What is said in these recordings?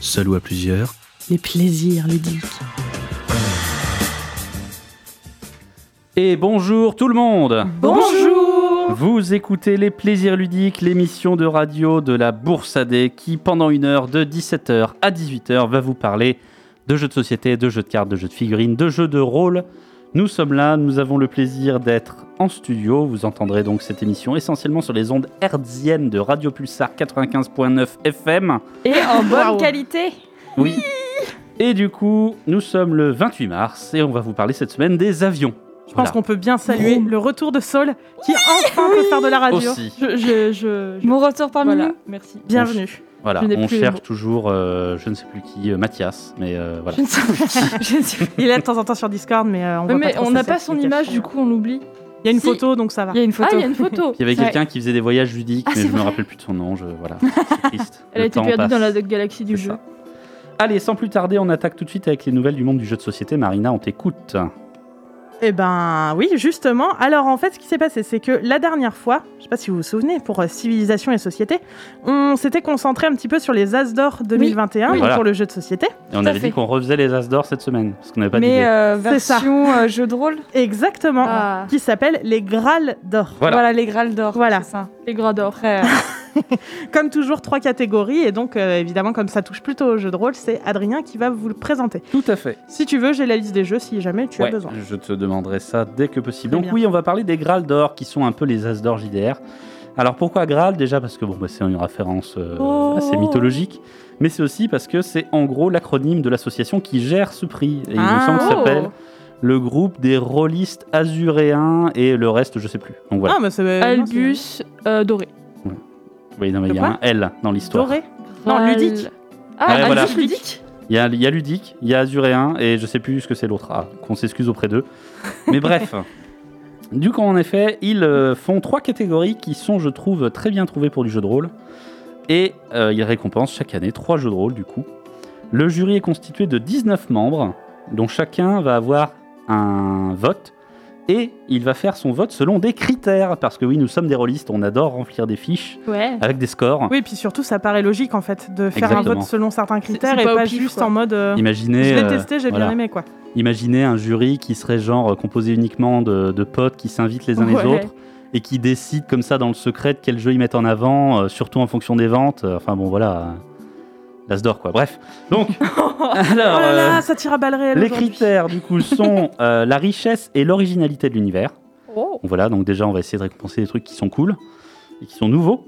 seul ou à plusieurs, les plaisirs ludiques. Et bonjour tout le monde Bonjour Vous écoutez Les Plaisirs Ludiques, l'émission de radio de la Bourse AD qui, pendant une heure de 17h à 18h, va vous parler de jeux de société, de jeux de cartes, de jeux de figurines, de jeux de rôle. Nous sommes là, nous avons le plaisir d'être en studio. Vous entendrez donc cette émission essentiellement sur les ondes hertziennes de Radio Pulsar 95.9 FM. Et en bonne Bravo. qualité. Oui. Et du coup, nous sommes le 28 mars et on va vous parler cette semaine des avions. Je pense qu'on peut bien saluer le retour de Sol qui enfin peut faire de la radio. Aussi. Je, je, je- je- Mon retour parmi Voilà, nous. merci. Bienvenue. Voilà, Je n'ai on plus les cherche mots. toujours, euh, je ne sais plus qui, euh, Mathias, mais euh, voilà. Je ne sais pas. Je ne sais pas. Il est de temps en temps sur Discord, mais euh, on voit mais pas trop on ce n'a que pas c'est, son les image, caches. du coup on l'oublie. Il y a une Si. photo, donc ça va. Ah, Il y a une Ah, photo. il y a une photo. Il y avait Ouais. quelqu'un qui faisait des voyages ludiques, Ah, mais c'est je me vrai. rappelle plus de son nom. Je, voilà, c'est triste. Elle Le a été temps perdue dans passe. la galaxie du C'est jeu. ça. Allez, sans plus tarder, on attaque tout de suite avec les nouvelles du monde du jeu de société. Marina, on t'écoute. Eh ben oui, justement. Alors en fait, ce qui s'est passé, c'est que la dernière fois, je sais pas si vous vous souvenez, pour euh, Civilisation et Société, on s'était concentré un petit peu sur les As d'or 2021 Oui. pour Voilà. le jeu de société. Et on Tout à avait dit fait. qu'on refaisait les As d'or cette semaine, parce qu'on n'avait pas d'idée. Mais euh, C'est ça. version euh, jeu de rôle. Exactement. Ah. Qui s'appelle les Graal d'or. Voilà. Voilà. les Graal d'or. Voilà. c'est ça. Les gras d'or. Après, euh, Comme toujours, trois catégories. Et donc, euh, évidemment, comme ça touche plutôt au jeu de rôle, c'est Adrien qui va vous le présenter. Tout à fait. Si tu veux, j'ai la liste des jeux si jamais tu Ouais, as besoin. Je te demanderai ça dès que possible. Très Donc bien. oui, on va parler des Graal d'or, qui sont un peu les As d'or JDR. Alors pourquoi Graal Déjà parce que bon, bah, c'est une référence euh, Oh. assez mythologique, mais c'est aussi parce que c'est en gros l'acronyme de l'association qui gère ce prix. Et il me Ah. semble que ça Oh. s'appelle le groupe des rôlistes azuréens et le reste, je sais plus. Donc voilà. Ah, mais c'est. euh, non, Albus euh, doré. Oui, non, mais il y a quoi un L dans c'est l'histoire. Doré. Non, Graal- ludique. Ah, Ouais, Albus voilà. ludique. Il y a, il y a ludique, il y a azuréen et je sais plus ce que c'est l'autre. Ah, qu'on s'excuse auprès d'eux. Mais bref. Du coup, en effet, ils euh, font trois catégories qui sont, je trouve, très bien trouvées pour du jeu de rôle. Et euh, ils récompensent chaque année trois jeux de rôle, du coup. Le jury est constitué de 19 membres, dont chacun va avoir un vote. Et il va faire son vote selon des critères. Parce que oui, nous sommes des rôlistes, on adore remplir des fiches Ouais. avec des scores. Oui, puis surtout, ça paraît logique en fait de faire un Exactement. vote selon certains critères c'est et pas au pas pif, juste quoi. en mode. euh, Imaginez. je l'ai euh, testé, j'ai voilà. bien aimé quoi. Imaginez un jury qui serait genre euh, composé uniquement de, de potes qui s'invitent les uns les Ouais. autres et qui décident comme ça dans le secret de quel jeu ils mettent en avant, euh, surtout en fonction des ventes. Euh, Enfin bon voilà, euh, l'as d'or quoi. Bref. Donc, alors, Ah, oh là là, euh, ça tire à balles réelles. les aujourd'hui. critères du coup sont euh, la richesse et l'originalité de l'univers. Oh. Donc Voilà, donc déjà on va essayer de récompenser des trucs qui sont cool et qui sont nouveaux.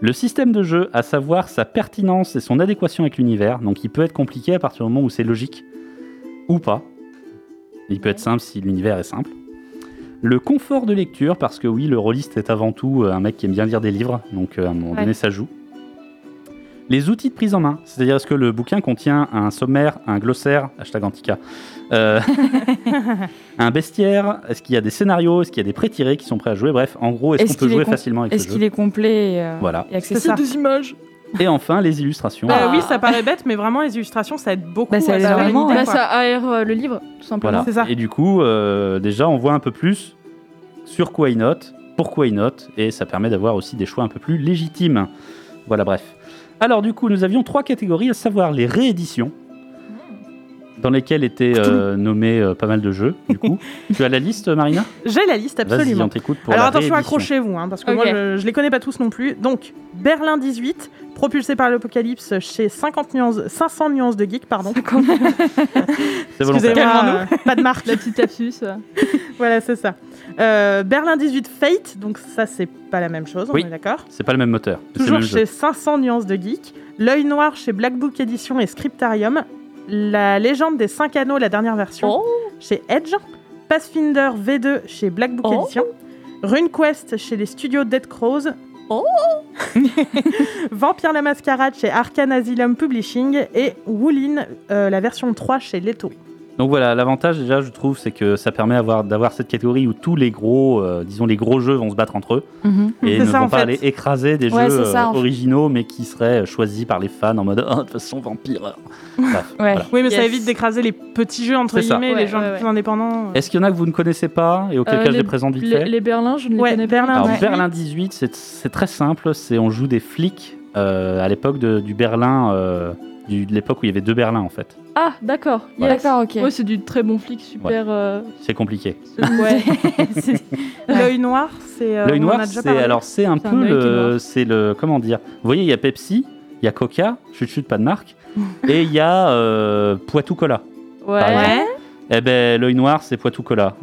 Le système de jeu, à savoir sa pertinence et son adéquation avec l'univers, donc il peut être compliqué à partir du moment où c'est logique ou pas. Il peut être simple si l'univers est simple. Le confort de lecture, parce que oui, le rôliste est avant tout euh, un mec qui aime bien lire des livres, donc euh, à un moment Ouais. donné ça joue. Les outils de prise en main, c'est-à-dire est-ce que le bouquin contient un sommaire, un glossaire, hashtag Antica, euh, un bestiaire, est-ce qu'il y a des scénarios, est-ce qu'il y a des pré-tirés qui sont prêts à jouer, bref, en gros, est-ce, Est-ce qu'on peut qu'il est jouer con- facilement avec Est-ce ce jeu qu'il est complet et, euh, Voilà. et ça. accessible des images. Et enfin, les illustrations. Bah Ah. oui, ça paraît bête, mais vraiment, les illustrations, ça aide beaucoup. Bah, ça à aide se faire une vraiment, idée, Là, quoi. ça aère euh, le livre, tout simplement. Voilà. c'est ça. Et du coup, euh, déjà, on voit un peu plus sur quoi il note, pourquoi il note, et ça permet d'avoir aussi des choix un peu plus légitimes. Voilà, bref. Alors, du coup, nous avions trois catégories, à savoir les rééditions, dans lesquelles étaient euh, nommés euh, pas mal de jeux, du coup. tu as la liste, Marina J'ai la liste, Vas-y, absolument. on t'écoute pour Alors la attention, réédition. accrochez-vous, hein, parce que moi, Ok. je, je les connais pas tous non plus. Donc, Berlin 18, propulsé par l'apocalypse chez 50 nuances, 500 nuances de geek, pardon. C'est volontaire. Excusez-moi, euh, pas de marque. La petite lapsus. euh. voilà, c'est ça. Euh, Berlin 18 Fate, donc ça, c'est pas la même chose, Oui. on est d'accord C'est pas le même moteur. c'est le Toujours même jeu. chez 500 nuances de geek. L'œil noir chez Black Book Edition et Scriptarium. La légende des 5 anneaux, la dernière version, Oh. chez Edge, Pathfinder V2 chez Black Book Oh. Edition, RuneQuest chez les studios Dead Crows, Oh. Vampire la Mascarade chez Arcane Asylum Publishing et Woolin, euh, la version 3 chez Leto. Donc voilà, l'avantage déjà, je trouve, c'est que ça permet avoir- d'avoir cette catégorie où tous les gros, euh, disons les gros jeux vont se battre entre eux et Mhm. C'est ne ça, vont en pas fait. aller écraser des Ouais, jeux c'est ça, euh, en fait. originaux mais qui seraient choisis par les fans en mode oh, de toute façon vampire. Bref, Ouais. voilà. Oui, mais ça Yes. évite d'écraser les petits jeux, entre C'est ça. guillemets, les Ouais, gens ouais, les ouais. plus indépendants. Est-ce qu'il y en a que vous ne connaissez pas et auquel Euh, cas je les- les présente vite Les, fait les Berlins, je ne les Ouais, connais Berlin, pas. Alors ouais. Berlin 18, c'est c'est très simple, c'est on joue des flics euh, à l'époque de- du Berlin euh, du- de l'époque où il y avait deux Berlins en fait. Ah, d'accord. Voilà. yes. D'accord, ok. Ouais, c'est du très bon flic, super. euh, C'est compliqué. ce- ouais. C'est- L'œil noir, c'est. euh, L'œil on en a noir, déjà c'est parlé. alors c'est un C'est peu un œil qui est le, noir. c'est le, comment dire. Vous voyez, il y a Pepsi, il y a Coca, chut chut pas de marque, et il y a euh, Poitou Cola. ouais. exemple. Eh ben l'œil noir, c'est Poitou Cola.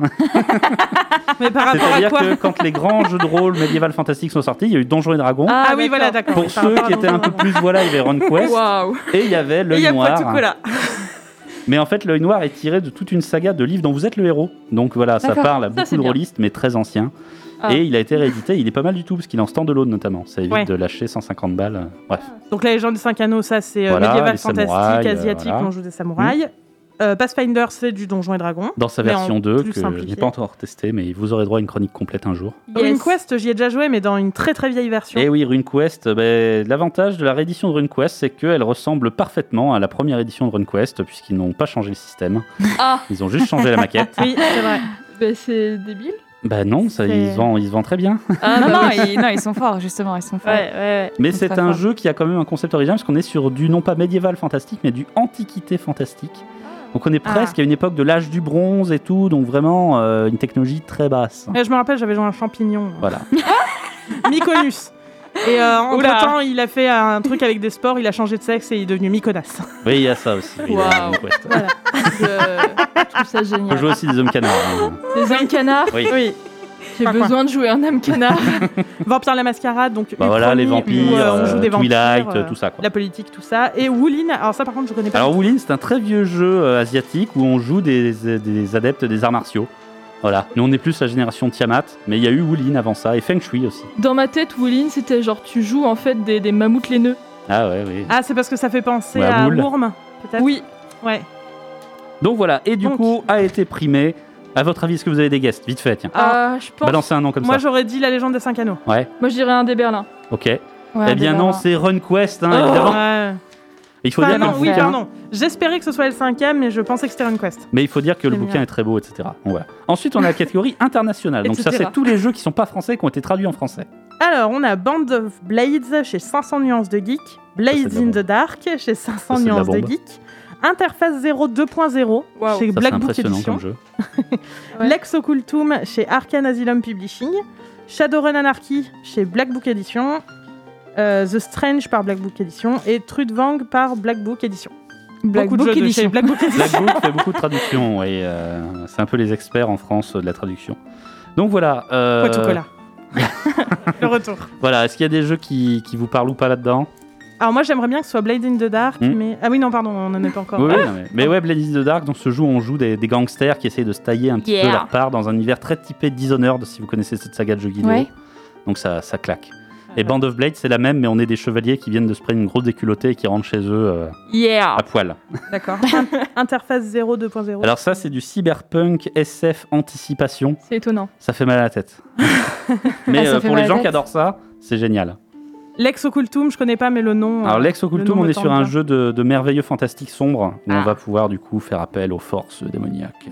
Mais par rapport à C'est-à-dire quoi que quand les grands jeux de rôle médiéval fantastiques sont sortis, il y a eu Donjons et Dragons. Ah, oui, voilà, d'accord. pour oui, par ceux rapport qui à étaient un peu Donjons plus voilà, il y avait Run Quest Waouh. et il y avait et Dragons. Et il y l'œil a noir. Poitou Cola. Mais en fait, l'œil noir est tiré de toute une saga de livres dont vous êtes le héros. Donc voilà, ça D'accord. parle à Ça, beaucoup c'est de bien. rôlistes, mais très anciens. Ah. Et il a été réédité, il est pas mal du tout, parce qu'il est en stand-alone notamment. Ça évite Ouais. de lâcher 150 balles. Bref. Donc la légende des 5 anneaux, ça c'est euh, Voilà, médiéval les fantastique, samouraïs, euh, asiatique, voilà. on joue des samouraïs. Euh, Pathfinder, c'est du donjon et dragon. Dans sa Mais en version 2, plus que je n'ai simplifié. pas encore testé, mais vous aurez droit à une chronique complète un jour. Yes. RuneQuest, j'y ai déjà joué, mais dans une très très vieille version. Eh oui, RuneQuest, euh, ben, l'avantage de la réédition de RuneQuest, c'est qu'elle ressemble parfaitement à la première édition de RuneQuest, puisqu'ils n'ont pas changé le système. Ah. Ils ont juste changé la maquette. Oui, c'est vrai. Bah, c'est débile. Bah non, ça, C'est- ils, se vendent, ils se vendent très bien. Ah, non, bah non, oui. ils, non, ils sont forts, justement, ils sont forts. ouais, Mais Ils sont c'est très un forts. jeu qui a quand même un concept original, parce qu'on est sur du non pas médiéval fantastique, mais du antiquité fantastique. Donc on est Ah. presque à une époque de l'âge du bronze et tout, donc vraiment euh, une technologie très basse. Et Euh, je me rappelle, j'avais joué un champignon, euh, Voilà. Myconus. Et euh, Oula. entre-temps, il a fait un truc avec des sports, il a changé de sexe et il est devenu Mykonas. Oui, il y a ça aussi. oui, dans Waouh. RuneQuest. Voilà. Je... je trouve ça On peut génial. jouer aussi des hommes canards. hein. Des âmes canards. Oui. Oui. J'ai Enfin, besoin de jouer un âme canard. Vampire la mascarade, donc Bah Uchronie, voilà, les où, vampires, euh, on joue euh, des vampires, Twilight, euh, tout ça. Quoi. la politique, tout ça. Et Woolin, alors ça par contre, je connais pas. Alors Wulin, c'est un très vieux jeu euh, asiatique où on joue des, des adeptes des arts martiaux. Voilà, nous on est plus la génération Tiamat, mais il y a eu Wulin avant ça et Feng Shui aussi. Dans ma tête, Woolin, c'était genre tu joues en fait des, des mammouths laineux. Ah ouais, oui. ah, c'est parce que ça fait penser Ouais, à Bah, Wool. Mourme, peut-être Oui. Ouais. Donc voilà, et du Ah. Donc. coup a été primé. À votre avis, est-ce que vous avez des guests Vite fait, tiens. Ah, je pense. Balancez un nom comme Moi, ça. j'aurais dit la légende des 5 anneaux. Moi, je dirais un des Berlins. Ok. Ah, Ouais, eh bien des non, Berlins. c'est RunQuest, hein, Oh. évidemment. Ouais. Et Il faut Enfin, dire hein. que non, le oui, bouquin- pardon. J'espérais que ce soit le cinquième, mais je pensais que c'était une quest. Mais il faut dire que le J'aime bouquin bien. est très beau, etc. Bon, voilà. Ensuite, on a la catégorie internationale. Donc ça, Etc. c'est tous les jeux qui sont pas français qui ont été traduits en français. Alors, on a Band of Blades chez 500 nuances de geek, c'est Blades de la in bombe. the Dark chez 500 Ça, c'est de la nuances de, bombe. geek, Interface 0 2.0 Waouh. chez Ça, c'est Black Book impressionnant Edition, comme jeu. Ouais. Lex Occultum chez Arcane Asylum Publishing, Shadowrun Anarchy chez Black Book Edition, euh, The Strange par Black Book Edition et Trudvang par Black Book Edition. Black Beaucoup de Book jeux de Edition. chez Black Book Edition. Black Book fait beaucoup de traductions et euh, c'est un peu les experts en France euh, de la traduction. Donc voilà. euh, Poitou Cola. Le retour. voilà. Est-ce qu'il y a des jeux qui, qui vous parlent ou pas là-dedans Alors moi j'aimerais bien que ce soit Blade in the Dark, Hmm. mais... Ah oui non pardon, on en est pas encore. Oui, oui, non, mais, mais ouais, Blade in the Dark. Dans ce jeu, on joue des, des gangsters qui essayent de se tailler un petit peu Yeah. leur part dans un univers très typé Dishonored, si vous connaissez cette saga de jeux vidéo. Ouais. Donc ça, ça claque. Et Band of Blade, c'est la même, mais on est des chevaliers qui viennent de se prendre une grosse déculottée et qui rentrent chez eux euh, Yeah. à poil. Ah, D'accord. In- Interface 0 2.0. Alors ça, c'est du cyberpunk SF anticipation. C'est étonnant. Ça fait mal à la tête. mais Ah, ça euh, fait pour mal les à la gens qui tête. adorent ça, c'est génial. Lex Occultum, je connais pas mais le nom. Alors euh, Lex Occultum, nom on me est tente sur un bien. jeu de, de merveilleux fantastique sombre où on Ah. va pouvoir du coup faire appel aux forces démoniaques.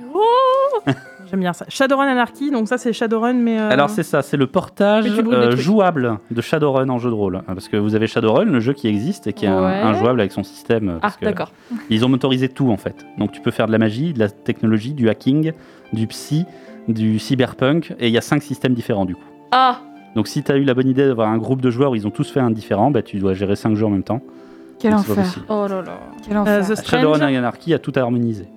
J'aime bien ça. Shadowrun Anarchy, donc ça c'est Shadowrun mais... euh, Alors c'est ça, c'est le portage Mais tu brûles des euh, trucs. jouable de Shadowrun en jeu de rôle. Parce que vous avez Shadowrun, le jeu qui existe et qui est un- Ouais. injouable avec son système. euh, Ah, parce que d'accord. ils ont motorisé tout en fait. Donc tu peux faire de la magie, de la technologie, du hacking, du psy, du cyberpunk et il y a cinq systèmes différents du coup. Ah, Donc si tu as eu la bonne idée d'avoir un groupe de joueurs où ils ont tous fait un différent, bah, tu dois gérer cinq jeux en même temps. Quel Donc, c'est pas enfer. possible. oh là là. Quel enfer. euh, The Strange. Ah, Shadowrun et Anarchy a tout harmonisé.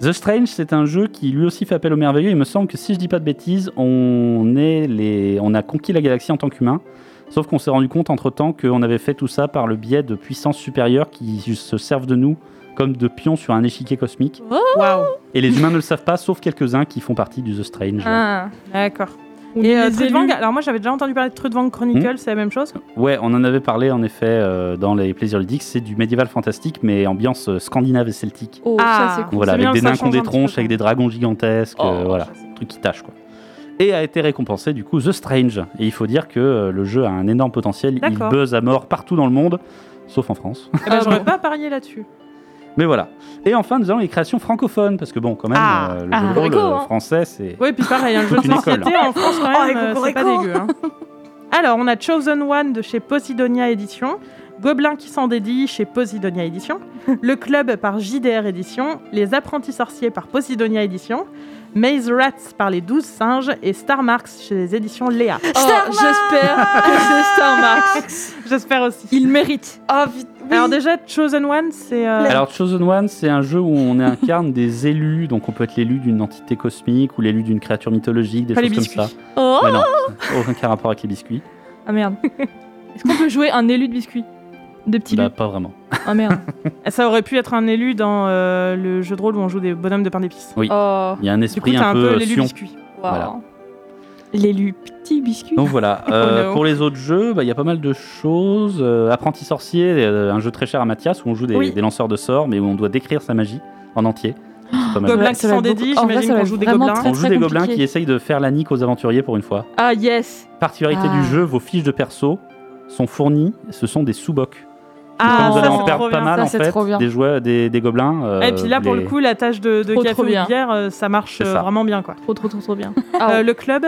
The Strange, c'est un jeu qui lui aussi fait appel au merveilleux. Il me semble que si je dis pas de bêtises, on, est les... on a conquis la galaxie en tant qu'humain. Sauf qu'on s'est rendu compte entre temps qu'on avait fait tout ça par le biais de puissances supérieures qui se servent de nous comme de pions sur un échiquier cosmique. Waouh. Et les humains ne le savent pas, sauf quelques-uns qui font partie du The Strange. Ah. D'accord. On Et est euh, les Trudvang, élus. alors moi j'avais déjà entendu parler de Trudvang Chronicle, Hmm. c'est la même chose Ouais, on en avait parlé en effet euh, dans les Plaisirs Ludiques. C'est du médiéval fantastique, mais ambiance euh, scandinave et celtique. Oh, Ah. ça c'est cool. Voilà, C'est avec bien, des ça nains qui ont change des un petit tronches, peu, avec ça. des dragons gigantesques, euh, voilà, truc qui tâche quoi. Et a été récompensé du coup The Strange. Et il faut dire que euh, le jeu a un énorme potentiel, il D'accord. buzz à mort partout dans le monde, sauf en France. Eh ben, Ah J'aurais bon. pas parié là-dessus. Mais voilà. Et enfin, nous avons les créations francophones, parce que bon, quand même, Ah, euh, le ah. jeu de rôle, Cocorico, euh, hein. français, c'est. Oui, puis pareil, hein, un jeu de Une école. société en France quand Oh, même, et euh, c'est pas Cocorico. dégueu. hein. Alors, on a Chosen One de chez Posidonia Edition, Gobelins qui s'en dédient chez Posidonia Édition, Le Club par JDR Édition, Les Apprentis Sorciers par Posidonia Édition, Maze Rats par les 12 singes et Star Marks chez les éditions Léa. Oh, j'espère que c'est Star Marks. J'espère aussi. Il mérite. Ah, vite. Alors déjà, Chosen One, c'est... euh, Alors, Chosen One, c'est un jeu où on incarne des élus. Donc, on peut être l'élu d'une entité cosmique ou l'élu d'une créature mythologique, des Pas les choses comme ça. biscuits. Oh. Ouais, non, aucun rapport avec les biscuits. Ah merde. Est-ce qu'on peut jouer un élu de biscuit De petits Bah, loups. pas vraiment. Ah merde. Ça aurait pu être un élu dans euh, le jeu de rôle où on joue des bonhommes de pain d'épices. Oh. Il y a un Du coup, esprit t'as un peu, euh, l'élu sion. biscuit. Voilà. Wow. L'élu petit biscuit. Donc voilà, Oh Euh, no. pour les autres jeux, bah, il y a pas mal de choses. Euh, Apprenti sorcier, euh, un jeu très cher à Mathias où on joue des, Oui. des lanceurs de sorts, mais où on doit décrire sa magie en entier. C'est pas mal. Gobelins Ouais, qui ça va s'en être dédient, beaucoup- en vrai, j'imagine ça va qu'on être joue des vraiment gobelins. très- on joue des gobelins compliqué. qui essayent de faire la nique aux aventuriers pour une fois. Ah yes. Particularité Ah. du jeu, vos fiches de perso sont fournies, ce sont des sous-bocs. Ah, Comme vous ça, allez c'est en trop perdre pas bien. mal Ça, en c'est fait, trop bien. des joueurs, des, des gobelins. euh, Et puis là, vous pour les- le coup, la tâche de, de Trop, café trop ou de bien. bière, euh, ça marche C'est ça. euh, vraiment bien. quoi. Trop trop trop trop bien. Euh, Ah, le club,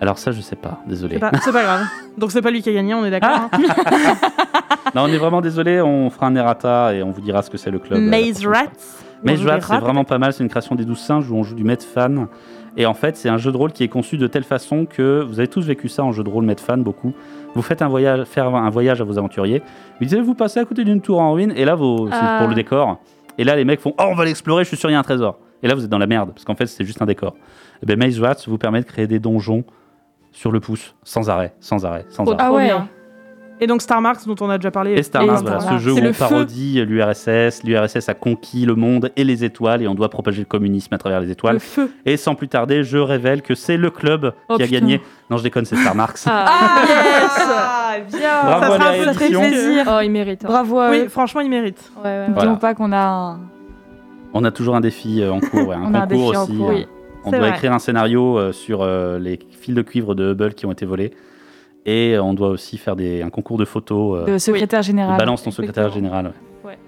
Alors ça, je sais pas, désolé. c'est pas, c'est pas grave. Donc c'est pas lui qui a gagné, on est d'accord. hein. Non, on est vraiment désolé, on fera un errata et on vous dira ce que c'est le club. euh, la Maze prochaine fois. Rats. Maze Bonjour, Rat, les c'est vraiment pas mal. C'est une création des 12 singes où on joue du Medfan. Et en fait, c'est un jeu de rôle qui est conçu de telle façon que vous avez tous vécu ça en jeu de rôle Medfan, beaucoup. Vous faites un voyage, faire un voyage à vos aventuriers. Vous dites, vous passez à côté d'une tour en ruine, et là, vos, c'est Ah. pour le décor. Et là, les mecs font, oh, on va l'explorer, je suis sûr, il y a un trésor. Et là, vous êtes dans la merde, parce qu'en fait, c'est juste un décor. Et ben, Maze Rat vous permet de créer des donjons sur le pouce, sans arrêt, sans arrêt, sans Trop arrêt. Ah Trop ouais. bien. Et donc Star Marks, dont on a déjà parlé. Et Star Wars, Et voilà, Star ce Wars. jeu où C'est on le feu. parodie l'URSS. L'URSS a conquis le monde et les étoiles et on doit propager le communisme à travers les étoiles. Le feu. Et sans plus tarder, je révèle que c'est le club Oh, qui a putain. gagné. Non, je déconne, c'est Star Marks. Ah, Ah, bien Bravo Ça à sera la un peu très édition. plaisir. yes. Oh, il mérite. hein. Bravo à Oui, eux. franchement, il mérite. Ouais, ouais, ouais. Voilà. N'oublions pas qu'on a un... On a toujours un défi euh, en cours, ouais, un On a un concours défi en aussi. euh, cours, oui. On C'est doit vrai. écrire un scénario euh, sur euh, les fils de cuivre de Hubble qui ont été volés. Et euh, on doit aussi faire des, un concours de photos. euh, de Ah, secrétaire général. balance ton secrétaire général. ouais. Ouais.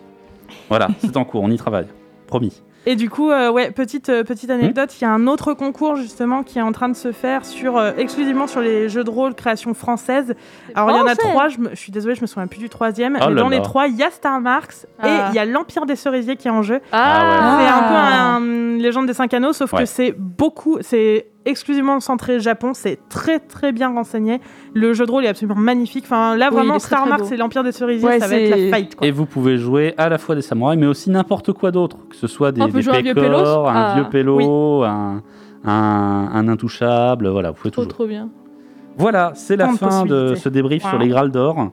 Voilà, c'est en cours, on y travaille. Promis. Et du coup, euh, ouais, petite, euh, petite anecdote, il y a un autre concours justement qui est en train de se faire sur, euh, exclusivement sur les jeux de rôle création française. Alors il y en a Français. trois, je, me- je suis désolée, je me souviens plus du troisième. Oh mais là dans les là. trois, il y a Star Marks et Ah. il y a l'Empire des Cerisiers qui est en jeu. Ah C'est un peu Ah. un légende des cinq anneaux, sauf Ouais. que c'est beaucoup, c'est exclusivement centré Japon, c'est très très bien renseigné. Le jeu de rôle est absolument magnifique. Enfin là Oui, il vraiment, est très, Star très Marks beau. et l'Empire des Cerisiers, Ouais, ça va être c'est- la fight quoi. Et vous pouvez jouer à la fois des samouraïs, mais aussi n'importe quoi d'autre, que ce soit Ah, des, On peut des jouer un vieux pélos pécores, un Ah, vieux pélo, un, un- un intouchable, voilà, vous pouvez tout Trop jouer. trop bien. Voilà, c'est la Tant de fin de possibilités. ce débrief sur Wow. les Graal d'or.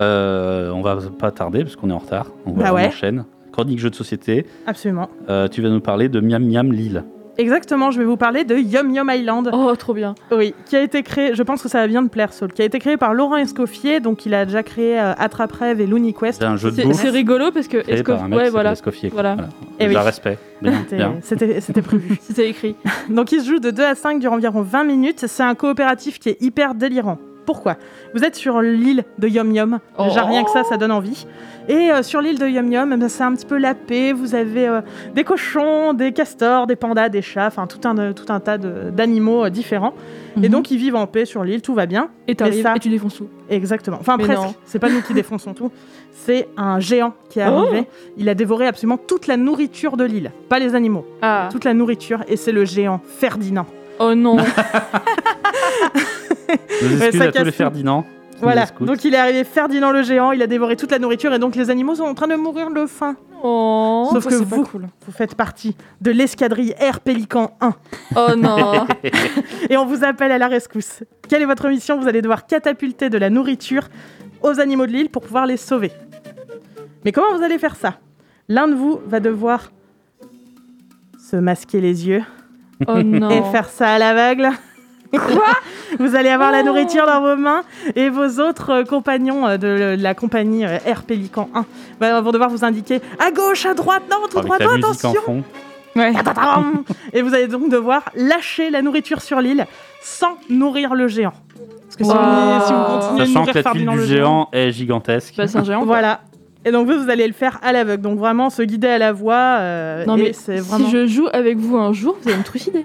Euh, on va pas tarder, parce qu'on est en retard, on, va, Bah on ouais. enchaîne. Chronique jeux de société, Absolument. Euh, tu vas nous parler de Miam Miam Lille. Exactement, je vais vous parler de Yum Yum Island. Oh, trop bien. Oui, qui a été créé, je pense que ça va bien te plaire, Saul, qui a été créé par Laurent Escoffier, donc il a déjà créé euh, Attrape Rêve et Looney Quest. C'est un jeu de C'est bouffe c'est rigolo parce que créé est-ce que par un mec qui ouais s'appelle voilà, Escoffier. quoi. Voilà. Eh Déjà, oui. respect. Bien, C'était- bien. C'était c'était prévu. c'était écrit. donc il se joue de 2 à 5 durant environ 20 minutes. C'est un coopératif qui est hyper délirant. Pourquoi Vous êtes sur l'île de Yum Yum. Déjà Oh. rien que ça, ça donne envie. Et euh, sur l'île de Yum Yum, eh ben, c'est un petit peu la paix. Vous avez euh, des cochons, des castors, des pandas, des chats, enfin tout un, euh, tout un tas de- d'animaux euh, différents. Et Mhm. donc ils vivent en paix sur l'île, tout va bien. Et t'arrives ça- et tu défonces tout. Exactement. Enfin, Mais non. presque. C'est pas nous qui défonçons tout. C'est un géant qui est Oh. arrivé. Il a dévoré absolument toute la nourriture de l'île. Pas les animaux. Ah. Toute la nourriture. Et c'est le géant Ferdinand. Oh non. Nos Ouais, excuses ça à tous casse les tout. Ferdinand. qui nous Voilà. écoutent. Donc il est arrivé Ferdinand le géant. Il a dévoré toute la nourriture. Et donc les animaux sont en train de mourir de faim. Oh. Sauf Ça, que c'est pas vous- cool. Vous faites partie de l'escadrille Air Pélican 1. Oh non. Et on vous appelle à la rescousse. Quelle est votre mission Vous allez devoir catapulter de la nourriture aux animaux de l'île pour pouvoir les sauver. Mais comment vous allez faire ça L'un de vous va devoir se masquer les yeux Oh non. et faire ça à l'aveugle. Quoi Vous allez avoir la Oh. nourriture dans vos mains et vos autres euh, compagnons euh, de, le- de la compagnie euh, Air Pélican 1 va- Bah, vont devoir vous indiquer à gauche, à droite, non, tout Avec droit, la non, Ah, musique hein. attention en fond. Ouais. Tadadam Et vous allez donc devoir lâcher la nourriture sur l'île sans nourrir le géant. Parce que si, Wow. vous, si vous continuez de Sachant nourrir que la tuile Ferdinand du le géant est gigantesque. Bah, c'est un géant. Voilà. Et donc vous, vous allez le faire à l'aveugle. Donc vraiment se guider à la voix. euh, Non et mais c'est vraiment. si je joue avec vous un jour, vous allez me trucider.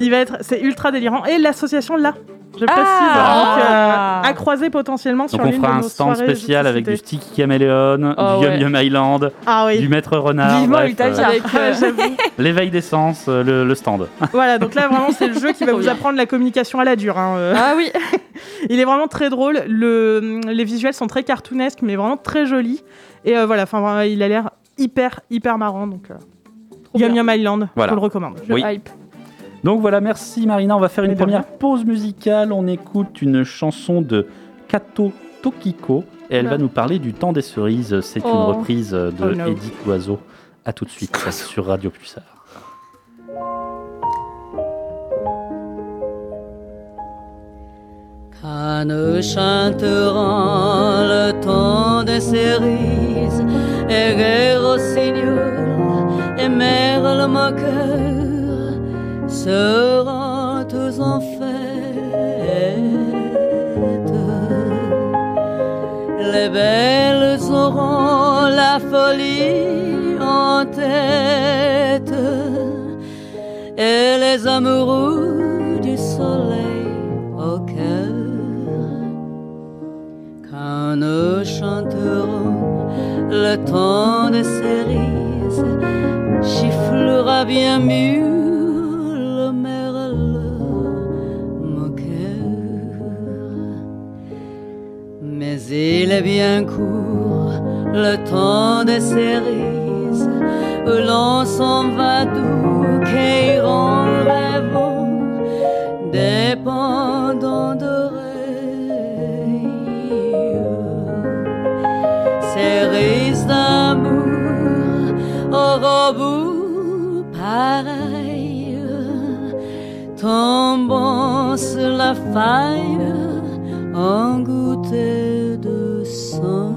Il va être, c'est ultra délirant. Et l'association là, Je précise, Ah. donc, Ah. euh, à croiser potentiellement Donc sur on l'une de fera un nos stand soirées spécial avec du justifiées. Sticky Caméléon, Ah Oh, du ouais. Yum Yum Island, Ah du oui, Maître Renard, Vivement bref, l'Italie. euh, Avec, euh, l'éveil d'essence, euh, le, le stand. voilà, donc là vraiment c'est le jeu qui va vous apprendre la communication à la dure. hein, euh. Ah oui, Il est vraiment très drôle, le, hum, les visuels sont très cartoonesques mais vraiment très jolis. Et euh, voilà, enfin vraiment, il a l'air hyper, hyper marrant. Donc, euh, Trop Yum bien. Yum Island, Voilà. je vous le recommande. je Oui. hype. Donc voilà, merci Marina. On va faire une Mais de première pause musicale. On écoute une chanson de Kato Tokiko et elle Oula. va nous parler du temps des cerises. C'est une Oh. reprise de Ah. Oh no. Edith Loiseau. À tout de suite sur Radio Pulsar. Quand nous chanterons le temps des cerises et les rossignols et merle moqueur seront tous en fête. Les belles auront la folie en tête et les amoureux du soleil au cœur. Quand nous chanterons le temps des cerises, chifflera bien mûr le merle moqueur. Mais il est bien court le temps des cerises où l'on s'en va doucairant, rêvant, dépendant d'oreilles. Cerises d'amour au rebours pareil, tombant sur la faille en goutte de sang.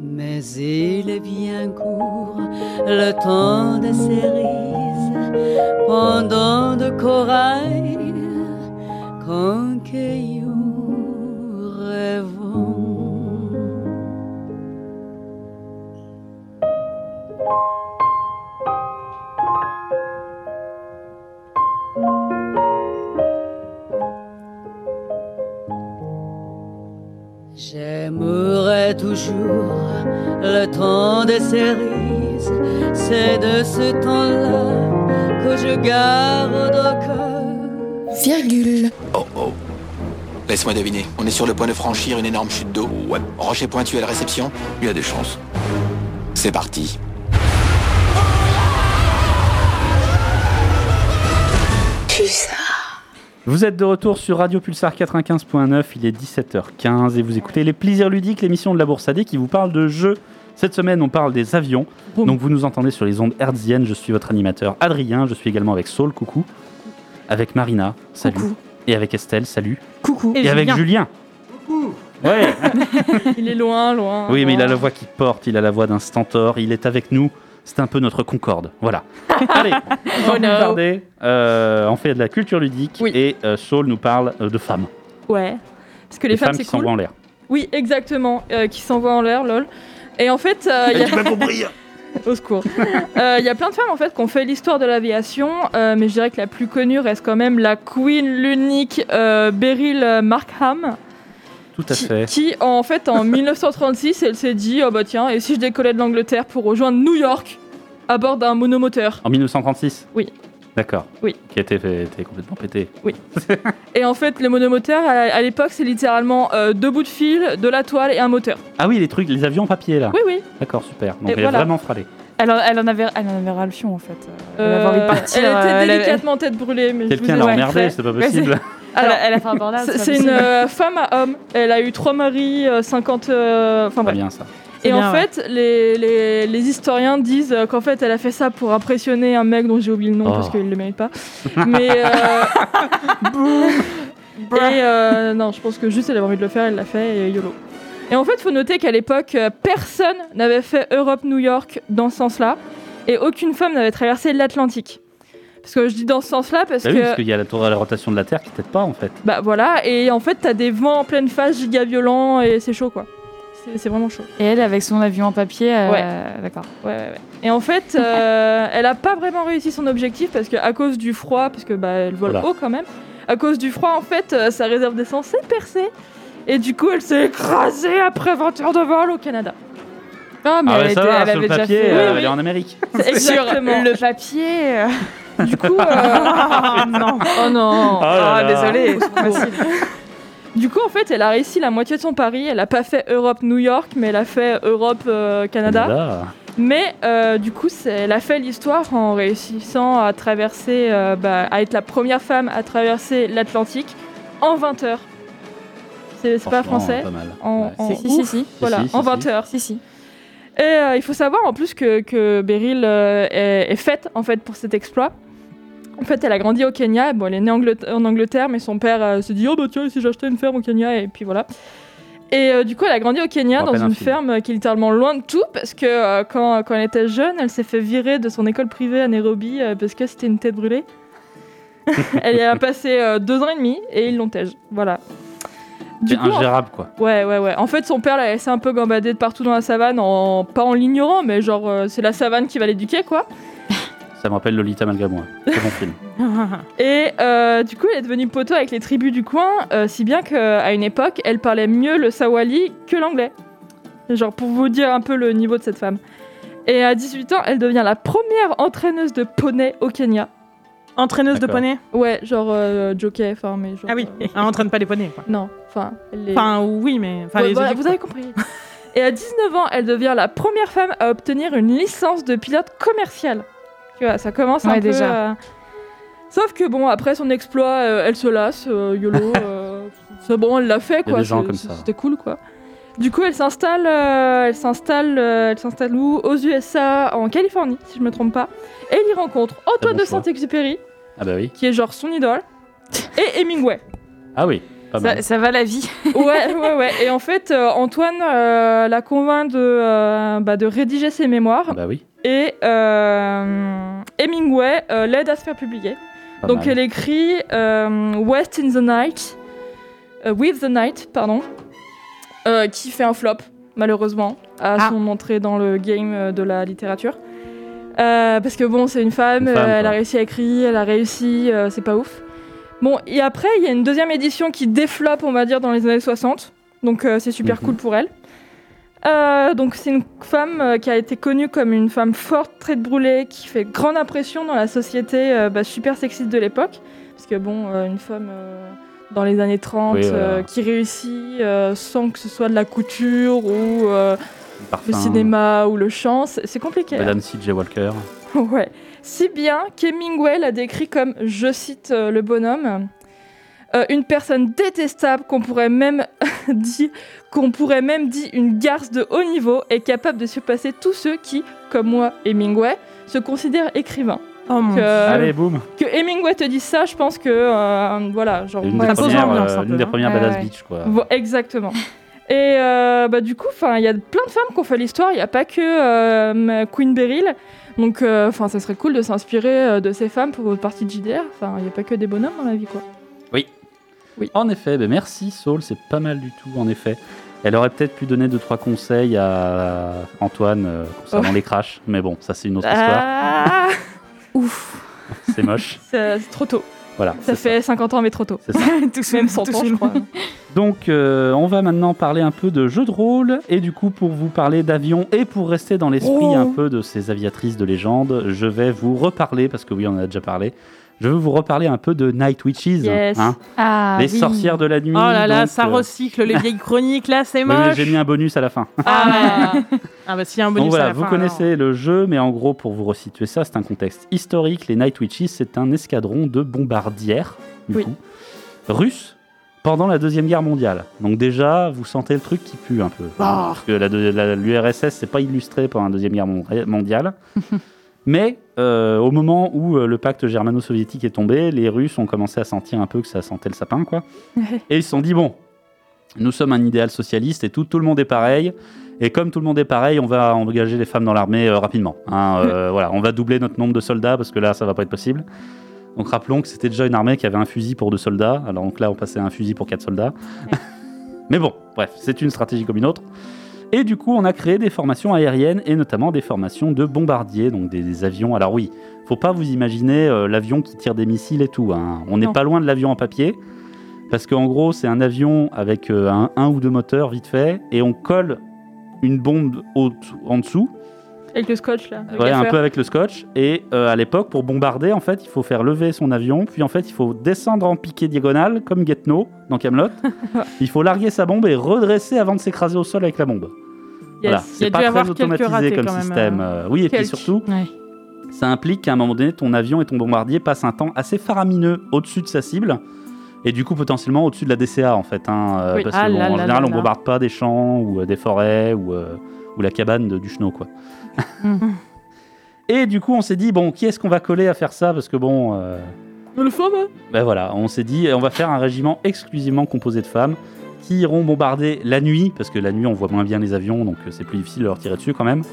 Mais il est bien court le temps des cerises, pendant de corail, qu'en caillou rêvons. J'aimerais toujours le temps des cerises. C'est de ce temps-là que je garde au cœur Virgule. Oh oh. Laisse-moi deviner, on est sur le point de franchir une énorme chute d'eau. Ouais. Rocher pointu à la réception Il y a des chances. C'est parti. Vous êtes de retour sur Radio Pulsar 95.9, il est 17h15 et vous écoutez Les Plaisirs Ludiques, l'émission de la Bourse AD qui vous parle de jeux. Cette semaine, on parle des avions. Boum. Donc vous nous entendez sur les ondes hertziennes, je suis votre animateur Adrien, je suis également avec Saul, coucou. Avec Marina, salut. Coucou. Et avec Estelle, salut. Coucou. Et, Et avec Julien. Julien. Ouais. Il est loin, loin. oui, mais il a la loin. voix qui porte, il a la voix d'un stentor, il est avec nous. C'est un peu notre concorde. Voilà. Allez, sans Oh plus no. tarder, euh, on fait de la culture ludique Oui. et euh, Saul nous parle euh, de femmes. Ouais. Parce que les, Des femmes, qui c'est s'envoient cool. en l'air. Oui, exactement. euh, qui s'envoient en l'air, lol. Et en fait, euh, il y a... Au secours. Euh, Il y a plein de femmes en fait qui ont fait l'histoire de l'aviation, euh, mais je dirais que la plus connue reste quand même la queen, l'unique euh, Beryl euh, Markham, Tout à qui, fait. qui, en fait en 1936 elle s'est dit oh bah tiens et si je décollais de l'Angleterre pour rejoindre New York à bord d'un monomoteur. En 1936 Oui. D'accord. Oui. Qui a été, fait- été complètement pété. Et en fait le monomoteur à, à l'époque c'est littéralement euh, deux bouts de fil, de la toile et un moteur. Ah oui, les trucs, les avions en papier là. Oui oui. D'accord, super. Donc Et elle est voilà. vraiment fralée. Elle, en- elle en avait, elle en avait ras le fion en fait. Elle Euh, avait envie de partir. elle euh, était elle avait- délicatement tête brûlée mais je vous Quelqu'un ai- l'a ouais, emmerdée, très- c'est pas Ouais, c'est- possible. Alors, elle a fait un burn-out. C'est pas c'est une possible. euh, femme à homme. Elle a eu trois maris, euh, 50. euh, Enfin Pas bref. bien ça. Et C'est bien, en fait, les, les, les historiens disent euh, qu'en fait, elle a fait ça pour impressionner un mec dont j'ai oublié le nom Oh. parce qu'il le mérite pas. Mais. euh, et euh, non, je pense que juste elle avait envie de le faire, elle l'a fait et yolo. Et en fait, faut noter qu'à l'époque, euh, personne n'avait fait Europe-New York dans ce sens-là et aucune femme n'avait traversé l'Atlantique. Parce que je dis dans ce sens-là parce Bah que. oui, parce qu'il y a la tour à la rotation de la Terre qui t'aide pas en fait. Bah voilà, et en fait, t'as des vents en pleine face giga violents et c'est chaud quoi. C'est- C'est vraiment chaud. Et elle avec son avion en papier. euh, Ouais. D'accord. Ouais, ouais, ouais. Et en fait, euh, elle a pas vraiment réussi son objectif parce que à cause du froid, parce que bah elle vole Oula. haut quand même. à cause du froid, en fait, euh, sa réserve d'essence s'est percée. Et du coup, elle s'est écrasée après 20 heures de vol au Canada. Ah, mais Ah, bah, elle, ça était- va, elle sur avait le déjà papier, fait. euh, oui. elle est en Amérique. C'est Exactement. Le papier. euh, Du coup, Ah, euh, non. oh là non. Ah, là. désolé. Du coup, en fait, elle a réussi la moitié de son pari. Elle a pas fait Europe-New York, mais elle a fait Europe-Canada. Canada. Mais euh, du coup, c'est- elle a fait l'histoire en réussissant à traverser, euh, bah, à être la première femme à traverser l'Atlantique en 20 heures. C'est c'est pas Franchement, français Pas mal. En- Ouais. en- Si, si, si, si. Voilà, Si, si, en si. 20 heures. Si, si. Et euh, il faut savoir en plus que, que Beryl euh, est, est faite en fait pour cet exploit. En fait, elle a grandi au Kenya. Bon, elle est née Anglet- en Angleterre, mais son père euh, s'est dit Oh bah tiens, si j'achetais une ferme au Kenya, et puis voilà. Et euh, du coup, elle a grandi au Kenya On dans rappelle un une film. ferme euh, qui est littéralement loin de tout, parce que euh, quand, quand elle était jeune, elle s'est fait virer de son école privée à Nairobi euh, parce que c'était une tête brûlée. elle y a passé euh, deux ans et demi et ils l'ont tège. Voilà. C'est en ingérable, quoi. Ouais, ouais, ouais. En fait, son père l'a laissé un peu gambader de partout dans la savane, en... pas en l'ignorant, mais genre, euh, c'est la savane qui va l'éduquer, quoi. Ça me rappelle Lolita malgré moi. Très bon film. Et euh, du coup, elle est devenue poteau avec les tribus du coin, euh, si bien qu'à une époque, elle parlait mieux le sawali que l'anglais. Genre, pour vous dire un peu le niveau de cette femme. Et à 18 ans, elle devient la première entraîneuse de poney au Kenya. Entraîneuse de D'accord. poney Ouais, genre euh, jockey, enfin, mais genre. Ah oui, euh, elle entraîne pas les poneys. quoi. non, enfin, elle est- Enfin, oui, mais. Enfin, Ouais, les voilà, éduque, vous avez compris. Et à 19 ans, elle devient la première femme à obtenir une licence de pilote commercial. Tu vois, ça commence un Ouais, peu. déjà. euh, Sauf que bon, après son exploit, euh, elle se lasse, euh, YOLO. euh, c'est bon, elle l'a fait des quoi. gens c'est- comme c'est- ça. C'était cool quoi. Du coup, elle s'installe, euh, elle s'installe, euh, elle s'installe où Aux USA, en Californie, si je me trompe pas. Et elle y rencontre Antoine bon de choix. Saint-Exupéry, Ah bah oui. qui est genre son idole, et Hemingway. Ah oui, pas Ça, mal. ça va la vie. Ouais, ouais, ouais. Et en fait, euh, Antoine euh, la convainc de, euh, bah, de rédiger ses Ah mémoires bah oui. et euh, Hemingway euh, l'aide à se faire publier. pas Donc mal. elle écrit euh, West in the Night, euh, With the Night, pardon, euh, qui fait un flop, malheureusement, à Ah. son entrée dans le game euh, de la littérature. Euh, parce que bon, c'est une femme, Une femme, euh, elle a quoi. réussi à écrire, elle a réussi, euh, c'est pas ouf. Bon, et après, il y a une deuxième édition qui défloppe, on va dire, dans les années 60. Donc euh, c'est super Mhm. cool pour elle. Euh, donc c'est une femme euh, qui a été connue comme une femme forte, très brûlée, qui fait grande impression dans la société euh, bah, super sexiste de l'époque. Parce que bon, euh, une femme euh, dans les années 30 Oui, voilà. euh, qui réussit euh, sans que ce soit de la couture ou euh, Parfum, le cinéma ou le chant, c'est c'est compliqué. hein. Madame C.J. Walker. Ouais. Si bien qu'Hemingway l'a décrit comme, je cite euh, le bonhomme, euh, une personne détestable qu'on pourrait même dire qu'on pourrait même dire une garce de haut niveau et capable de surpasser tous ceux qui, comme moi, Hemingway, se considèrent écrivains. Oh mon Que, Mmh. Allez, boum. que Hemingway te dise ça, je pense que euh, voilà, genre Une, ouais, des ça pose premières, l'ambiance euh, un peu, l'une des hein. premières Ouais, Badass ouais. Beach, quoi. Vo- exactement. Et euh, bah, du coup, 'fin, il y a plein de femmes qui ont fait l'histoire. Il n'y a pas que euh, ma Queen Beryl. Donc, euh, enfin, ça serait cool de s'inspirer euh, de ces femmes pour votre partie de JDR. Enfin, il n'y a pas que des bonhommes dans la vie, quoi. En effet, ben merci Saul, c'est pas mal du tout, en effet. Elle aurait peut-être pu donner deux trois conseils à Antoine euh, concernant les crashs, mais bon, ça c'est une autre histoire, Ah, Ouf. c'est moche. c'est c'est trop tôt. Voilà. c'est Ça fait 50 ans, mais trop tôt. C'est ça. Tout Même 100 ans, je crois. Donc, euh, on va maintenant parler un peu de jeux de rôle. Et du coup, pour vous parler d'avion et pour rester dans l'esprit Oh. un peu de ces aviatrices de légende, je vais vous reparler, parce que oui, on en a déjà parlé, je veux vous reparler un peu de Night Witches, hein, Yes. Ah, les sorcières de la nuit. Oh là là, donc, ça euh, recycle les vieilles chroniques là, c'est oui, mais moche. J'ai mis un bonus à la fin. Ah, ah bah s'il y a un bonus Donc à voilà, la vous fin, connaissez le jeu, mais en gros, pour vous resituer ça, c'est un contexte historique. Les Night Witches, c'est un escadron de bombardières, du Oui. coup, russes, pendant la Deuxième Guerre mondiale. Donc déjà, vous sentez le truc qui pue un peu. Ah. Parce que la deux- la- l'URSS, c'est pas illustré pendant la Deuxième Guerre mon- eh, mondiale. mais euh, au moment où euh, le pacte germano-soviétique est tombé, les Russes ont commencé à sentir un peu que ça sentait le sapin, quoi. Et ils se sont dit, bon, nous sommes un idéal socialiste et tout, tout le monde est pareil. Et comme tout le monde est pareil, on va engager les femmes dans l'armée euh, rapidement. hein, euh, voilà, on va doubler notre nombre de soldats parce que là, ça va pas être possible. Donc rappelons que c'était déjà une armée qui avait un fusil pour deux soldats. Alors donc là, on passait à un fusil pour quatre soldats. Mais bon, bref, c'est une stratégie comme une autre. Et du coup, on a créé des formations aériennes et notamment des formations de bombardiers, donc des, des avions. Alors oui, faut pas vous imaginer euh, l'avion qui tire des missiles et tout. hein. On n'est Non. pas loin de l'avion en papier. Parce qu'en gros, c'est un avion avec euh, un, un ou deux moteurs vite fait et on colle une bombe au- en dessous Avec le scotch là. le Ouais, un gaffeur. peu avec le scotch. Et euh, à l'époque, pour bombarder, en fait, il faut faire lever son avion, puis en fait, il faut descendre en piqué diagonale, comme Getno dans Camelot. il faut larguer sa bombe et redresser avant de s'écraser au sol avec la bombe. Voilà, Yes. Il y a c'est dû pas avoir très quelques ratés automatisé comme quand même. système. euh. euh, oui, et puis Quelques. surtout, Ouais. ça implique qu'à un moment donné, ton avion et ton bombardier passent un temps assez faramineux au-dessus de sa cible. Et du coup, potentiellement au-dessus de la DCA, en fait. hein, euh, Oui. Parce Ah qu'en là là général, là on là. bombarde pas des champs ou euh, des forêts ou, euh, ou la cabane de- du cheneau, quoi. Mhm. Et du coup, on s'est dit, bon, qui est-ce qu'on va coller à faire ça Parce que bon, euh, Le format. ben voilà, on s'est dit, on va faire un régiment exclusivement composé de femmes qui iront bombarder la nuit, parce que la nuit, on voit moins bien les avions, donc euh, c'est plus difficile de leur tirer dessus quand même.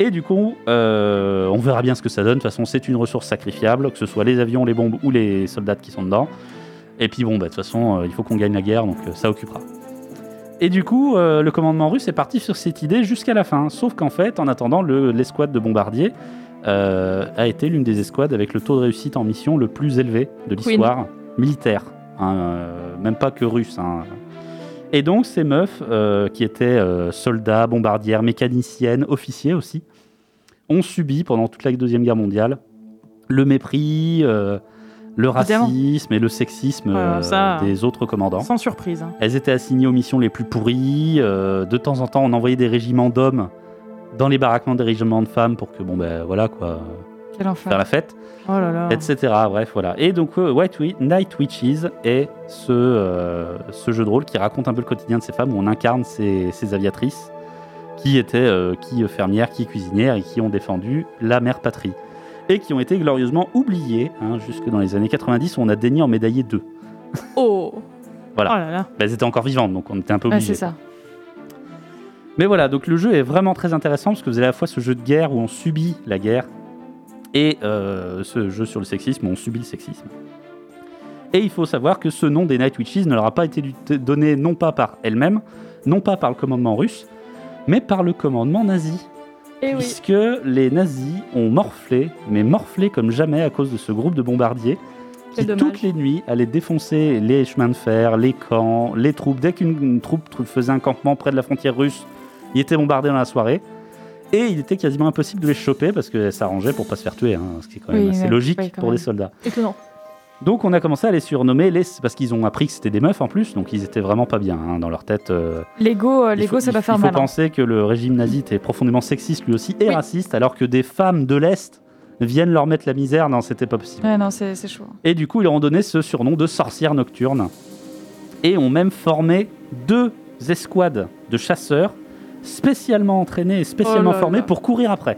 Et du coup, euh, on verra bien ce que ça donne. De toute façon, c'est une ressource sacrifiable, que ce soit les avions, les bombes ou les soldats qui sont dedans. Et puis bon, bah, de toute façon, euh, il faut qu'on gagne la guerre, donc euh, ça occupera. Et du coup, euh, le commandement russe est parti sur cette idée jusqu'à la fin. Sauf qu'en fait, en attendant, le- l'escouade de bombardiers euh, a été l'une des escouades avec le taux de réussite en mission le plus élevé de Queen. l'histoire militaire. hein, euh, même pas que russe. hein. Et donc, ces meufs, euh, qui étaient euh, soldats, bombardières, mécaniciennes, officiers aussi, ont subi pendant toute la Deuxième Guerre mondiale le mépris, euh, le Évidemment. racisme et le sexisme euh, Ouais, ça, des autres commandants. Sans surprise. hein. Elles étaient assignées aux missions les plus pourries. euh, de temps en temps, on envoyait des régiments d'hommes dans les baraquements des régiments de femmes pour que, bon, ben voilà quoi, Quel enfer. faire la fête, Oh là là. etc. Bref, voilà. Et donc, euh, White Wi- Night Witches est ce, euh, ce jeu de rôle qui raconte un peu le quotidien de ces femmes où on incarne ces, ces aviatrices qui étaient euh, qui fermières, qui cuisinières et qui ont défendu la mère patrie. Et qui ont été glorieusement oubliées, hein, jusque dans les années 90 où on a daigné en médailler deux. Oh. Oh là là. Ben, elles étaient encore vivantes, donc on était un peu Ouais, obligés. c'est ça. Mais voilà, donc le jeu est vraiment très intéressant parce que vous avez à la fois ce jeu de guerre où on subit la guerre et euh, ce jeu sur le sexisme où on subit le sexisme. Et il faut savoir que ce nom des Night Witches ne leur a pas été du- donné non pas par elles-mêmes, non pas par le commandement russe, mais par le commandement nazi. Et Eh oui. Puisque les nazis ont morflé, mais morflé comme jamais à cause de ce groupe de bombardiers qui Quel dommage. toutes les nuits allaient défoncer les chemins de fer, les camps, les troupes. Dès qu'une une troupe trou- faisait un campement près de la frontière russe, il était bombardé dans la soirée. Et il était quasiment impossible de les choper parce que ça arrangeait pour pas se faire tuer, hein, ce qui est quand même Oui, assez ouais, logique ouais, quand pour des même. soldats. Étonnant. Donc on a commencé à les surnommer les... Parce qu'ils ont appris que c'était des meufs en plus, donc ils étaient vraiment pas bien hein, dans leur tête. euh, L'ego, euh, il l'ego, faut- ça doit il- faire Il faut mal. hein. penser que le régime nazi était profondément sexiste lui aussi et Oui. raciste, alors que des femmes de l'Est viennent leur mettre la misère. Non, c'était pas possible. Ouais, non, c'est c'est chaud. Et du coup, ils leur ont donné ce surnom de sorcières nocturnes. Et ont même formé deux escouades de chasseurs spécialement entraînés et spécialement Oh là formés là. pour courir après.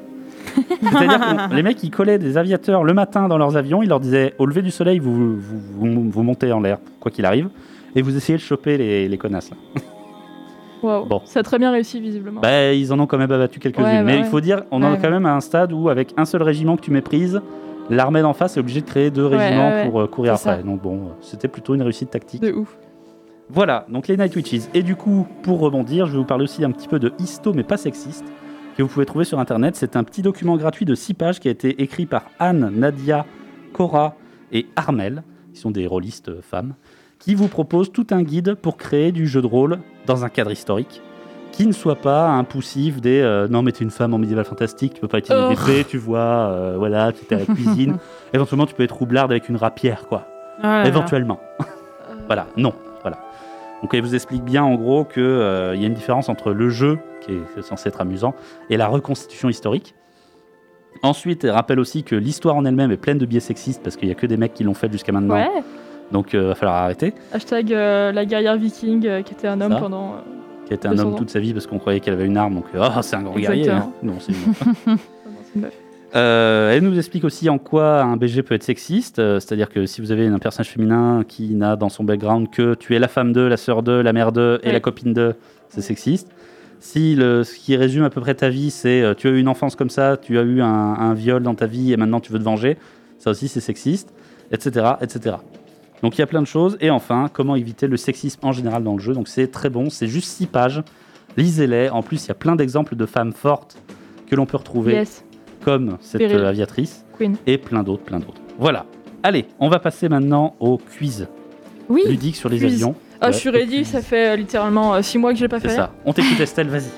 C'est-à-dire que les mecs, ils collaient des aviateurs le matin dans leurs avions, ils leur disaient au lever du soleil, vous, vous, vous- vous montez en l'air, quoi qu'il arrive, et vous essayez de choper les, les connasses. là. Waouh. Bon. Ça a très bien réussi visiblement. Bah, ils en ont quand même abattu quelques-unes. Ouais, bah mais ouais. il faut dire, on en Ouais, est quand même à un stade où, avec un seul régiment que tu méprises, l'armée d'en face est obligée de créer deux Ouais, régiments ouais, ouais. pour euh, courir C'est après. ça. Donc, bon, euh, c'était plutôt une réussite tactique. De ouf. Voilà, donc les Night Witches. Et du coup, pour rebondir, je vais vous parler aussi un petit peu de Histo, mais pas sexiste, que vous pouvez trouver sur Internet. C'est un petit document gratuit de 6 pages qui a été écrit par Anne, Nadia, Cora et Armel, qui sont des rôlistes euh, femmes, qui vous proposent tout un guide pour créer du jeu de rôle dans un cadre historique, qui ne soit pas un poussif des euh, non mais t'es une femme en médiéval fantastique, tu peux pas utiliser Oh. d'épée, tu vois, euh, voilà, tu à la cuisine. Éventuellement, tu peux être roublarde avec une rapière, quoi. Oh là là. Éventuellement. voilà, non. Voilà. Donc elle vous explique bien en gros qu'il y a une différence entre le jeu, qui est censé être amusant, et la reconstitution historique. Ensuite, elle rappelle aussi que l'histoire en elle-même est pleine de biais sexistes parce qu'il n'y a que des mecs qui l'ont fait jusqu'à maintenant. Ouais. Donc euh, va falloir arrêter. Hashtag euh, la guerrière viking euh, qui était un homme Ça. pendant. euh, Qui a été un Deux homme ans. toute sa vie parce qu'on croyait qu'elle avait une arme. Donc, euh, ah, c'est un grand guerrier. hein. Non, c'est une- pendant une meuf. Euh, elle nous explique aussi en quoi un BG peut être sexiste, euh, c'est-à-dire que si vous avez un personnage féminin qui n'a dans son background que tu es la femme de, la sœur de, la mère de et Oui. la copine de, c'est sexiste. Si le, ce qui résume à peu près ta vie, c'est euh, tu as eu une enfance comme ça, tu as eu un, un viol dans ta vie et maintenant tu veux te venger, ça aussi c'est sexiste, etc., etc. Donc il y a plein de choses. Et enfin, comment éviter le sexisme en général dans le jeu. Donc c'est très bon, c'est juste 6 pages. Lisez-les. En plus, il y a plein d'exemples de femmes fortes que l'on peut retrouver Yes. comme cette Péril. euh, aviatrice Queen. et plein d'autres, plein d'autres. Voilà. Allez, on va passer maintenant au quiz Oui, ludique sur les quiz. avions. Ah, Ouais, je suis au ready, quiz. ça fait euh, littéralement 6 mois que je l'ai pas C'est fait. ça. On t'écoute Estelle, vas-y.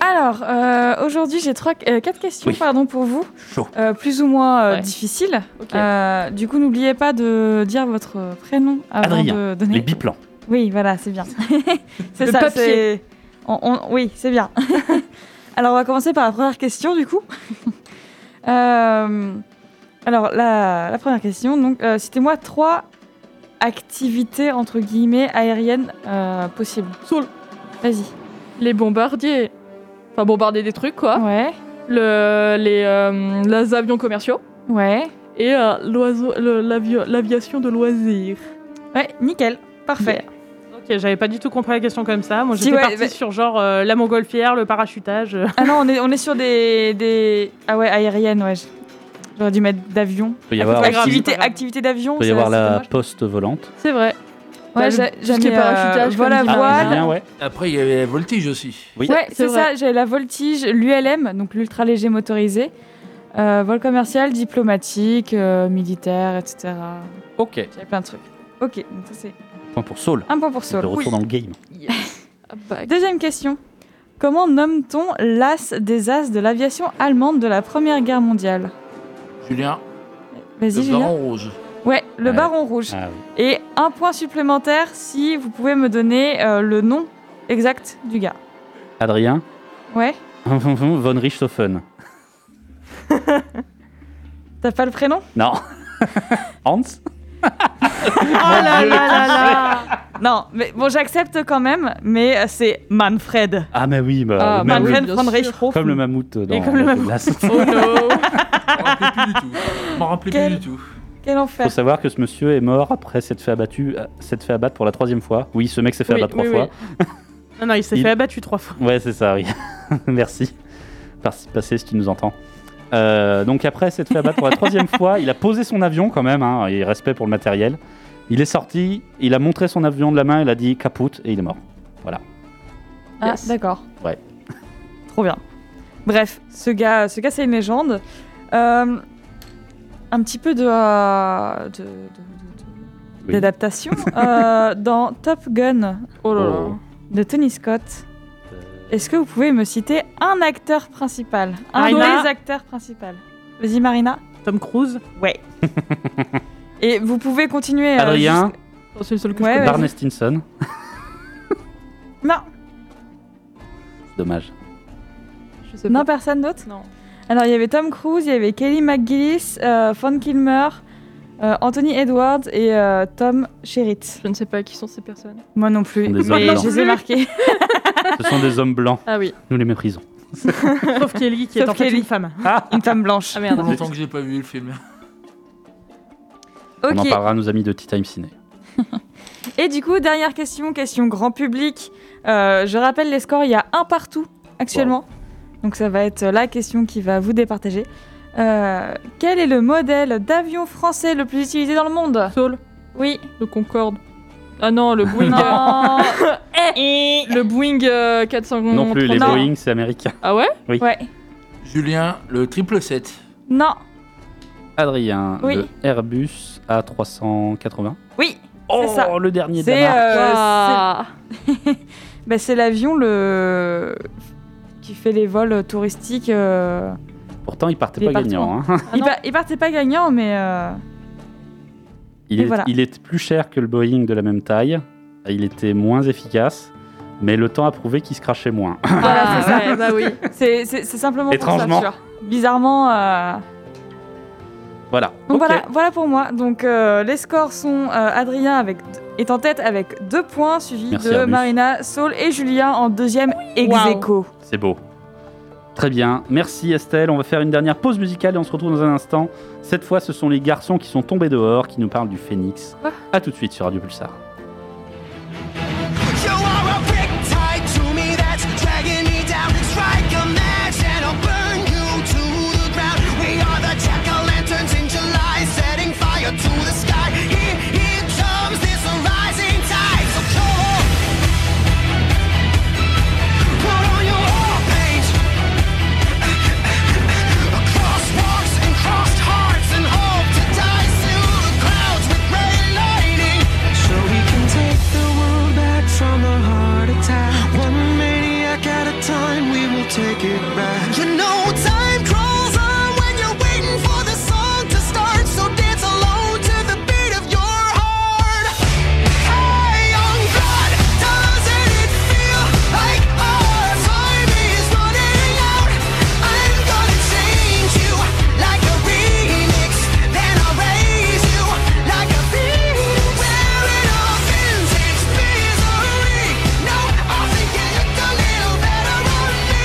alors euh, aujourd'hui j'ai trois, euh, quatre questions Oui. pardon, pour vous, Chaud. euh, plus ou moins euh, Ouais. difficiles. Ok. Euh, du coup, n'oubliez pas de dire votre prénom avant Adrien. de Les donner. biplans. Oui, voilà, c'est bien. c'est Le ça, papier. c'est. on- on- Oui, c'est bien. alors, on va commencer par la première question, du coup. Euh, Alors, la, la première question, donc, euh, citez-moi trois activités, entre guillemets, aériennes euh, possibles. Soul. Vas-y. Les bombardiers. Enfin, bombarder des trucs, quoi. Ouais, Le, les, euh, les avions commerciaux. ouais. Et euh, l'oiseau- le- l'avio- l'aviation de loisirs. Ouais, nickel. Parfait. Ok, j'avais pas du tout compris la question comme ça. Moi, Si, j'étais ouais, partie bah- sur genre euh, la montgolfière, le parachutage. euh. Ah non, on est, on est sur des, des... Ah ouais, aériennes, ouais. J'aurais dû mettre d'avion. Il peut y avoir, pas grave, activité, c'est pas grave. activité d'avion. il peut y ça- avoir c'est la dommage. poste volante. C'est vrai. Bah, Ouais, le- j'a- tout ce j'avais qui est euh, parachutage, comme voilà, dit. Ah, voile. Brésilien, ouais. Après, il y avait la voltige aussi. Oui. Ouais, c'est c'est ça. J'avais la voltige, l'ULM, donc l'ultra léger motorisé, euh, vol commercial, diplomatique, euh, militaire, etc. Ok. J'avais plein de trucs. Ok, donc ça c'est Point pour Saul. un point pour Saul. Le retour dans le game. Ah, bah, Deuxième question. Comment nomme-t-on l'as des as de l'aviation allemande de la Première Guerre mondiale Julien, Vas-y, le Julien. baron rouge. Ouais, le Ouais. Baron Rouge. Ah oui. Et un point supplémentaire si vous pouvez me donner euh, le nom exact du gars. Adrien. Ouais Von Richthofen. T'as pas le prénom Non. Hans Oh là là là là Non, mais bon, j'accepte quand même, mais euh, c'est Manfred. Ah, mais oui, bah, Ah, le bah, mammouth. oui, Manfred bien von sûr. Reichhoff. comme le mammouth dans comme le dans mammouth. Glace. Oh no Je m'en rappelais plus du tout. Je m'en rappelais Quel- plus du tout. Quel enfer. faut savoir que ce monsieur est mort après s'être fait, abattu, euh, s'être fait abattre pour la troisième fois. Oui, ce mec s'est fait Oui, abattre oui, trois Non, non, il s'est Il- fait abattu trois fois. fois. Ouais, c'est ça, oui. Merci. Par passer si tu nous entends. Euh, donc après s'être fait abattre pour la troisième fois, il a posé son avion quand même, hein, et respect pour le matériel. Il est sorti, il a montré son avion de la main, il a dit caput et il est mort. Ah, Yes. d'accord. Ouais. Trop bien. Bref, ce gars, ce gars c'est une légende. Euh, un petit peu de, euh, de- de- de- de- Oui. d'adaptation. Euh, dans Top Gun Oh là Euh. là. Oh. de Tony Scott, est-ce que vous pouvez me citer un acteur principal Un Marina. des acteurs principaux. Vas-y, Marina. Tom Cruise. Ouais. Et vous pouvez continuer. euh, Adrien, Oh, C'est le seul que Ouais, je connais. vas-y. Barney Stinson. juste- Non, Dommage. Ah, Je sais non, pas. personne d'autre Non. Alors, il y avait Tom Cruise, il y avait Kelly McGillis, euh, Fran Kilmer, euh, Anthony Edwards et euh, Tom Sherritt. Je ne sais pas qui sont ces personnes. Moi non plus, Sont des mais hommes je les ai marqués. Ce sont des hommes blancs, Ah oui. nous les méprisons. Sauf Kelly, qui est Sauf en fait Kelly. une femme. Une femme blanche. Ah merde. Ça fait longtemps que j'ai pas vu le film. On en Ok, parlera à nos amis de Tea Time Ciné. et du coup, dernière question, question grand public. Euh, je rappelle les scores, il y a un partout actuellement. Donc ça va être la question qui va vous départager. Euh, quel est le modèle d'avion français le plus utilisé dans le monde Saul, Oui. le Concorde. Ah non, le Boeing. euh, Non. Eh. le Boeing euh, 430. Non plus, les Non. Boeing, c'est américain. Ah ouais ouais. Julien, le triple 7. Non. Adrien, Oui. le Airbus A380. Oui. C'est ça. Oh, le dernier de la C'est marque. euh, c'est- Ouah. Bah, c'est l'avion le qui fait les vols touristiques. euh. Pourtant, il partait il est pas gagnant. hein. Ah il, pa- il partait pas gagnant, mais euh, Il, Et est, voilà. il est plus cher que le Boeing de la même taille. Il était moins efficace, mais le temps a prouvé qu'il se crachait moins. Voilà, c'est ça. Ah, ouais, bah oui. c'est c'est- c'est simplement pour ça, Étrangement. tu vois. Bizarrement. euh, voilà. Donc Ok. voilà, voilà pour moi. Donc euh, les scores sont euh, Adrien avec est en tête avec deux points, suivi Merci, de Arbus. Marina, Saul et Julien en deuxième ex aequo. C'est beau. Très bien. Merci Estelle. On va faire une dernière pause musicale et on se retrouve dans un instant. Cette fois, ce sont les garçons qui sont tombés dehors qui nous parlent du phénix. Ah. Quoi A tout de suite sur Radio Pulsar. You are a brick tied to me that's dragging me down. Strike a match and I'll burn you to the ground. We are the jack o' lanterns in July, setting fire to the sky. Here, here comes this rising tide. So come on. Put take it back. You know time crawls on when you're waiting for the song to start. So dance alone to the beat of your heart. Hey, young blood, doesn't it feel like our time is running out? I'm gonna change you like a remix, then I'll raise you like a phoenix. Where it all ends, it's misery. No, I think yeah, you a little better on me.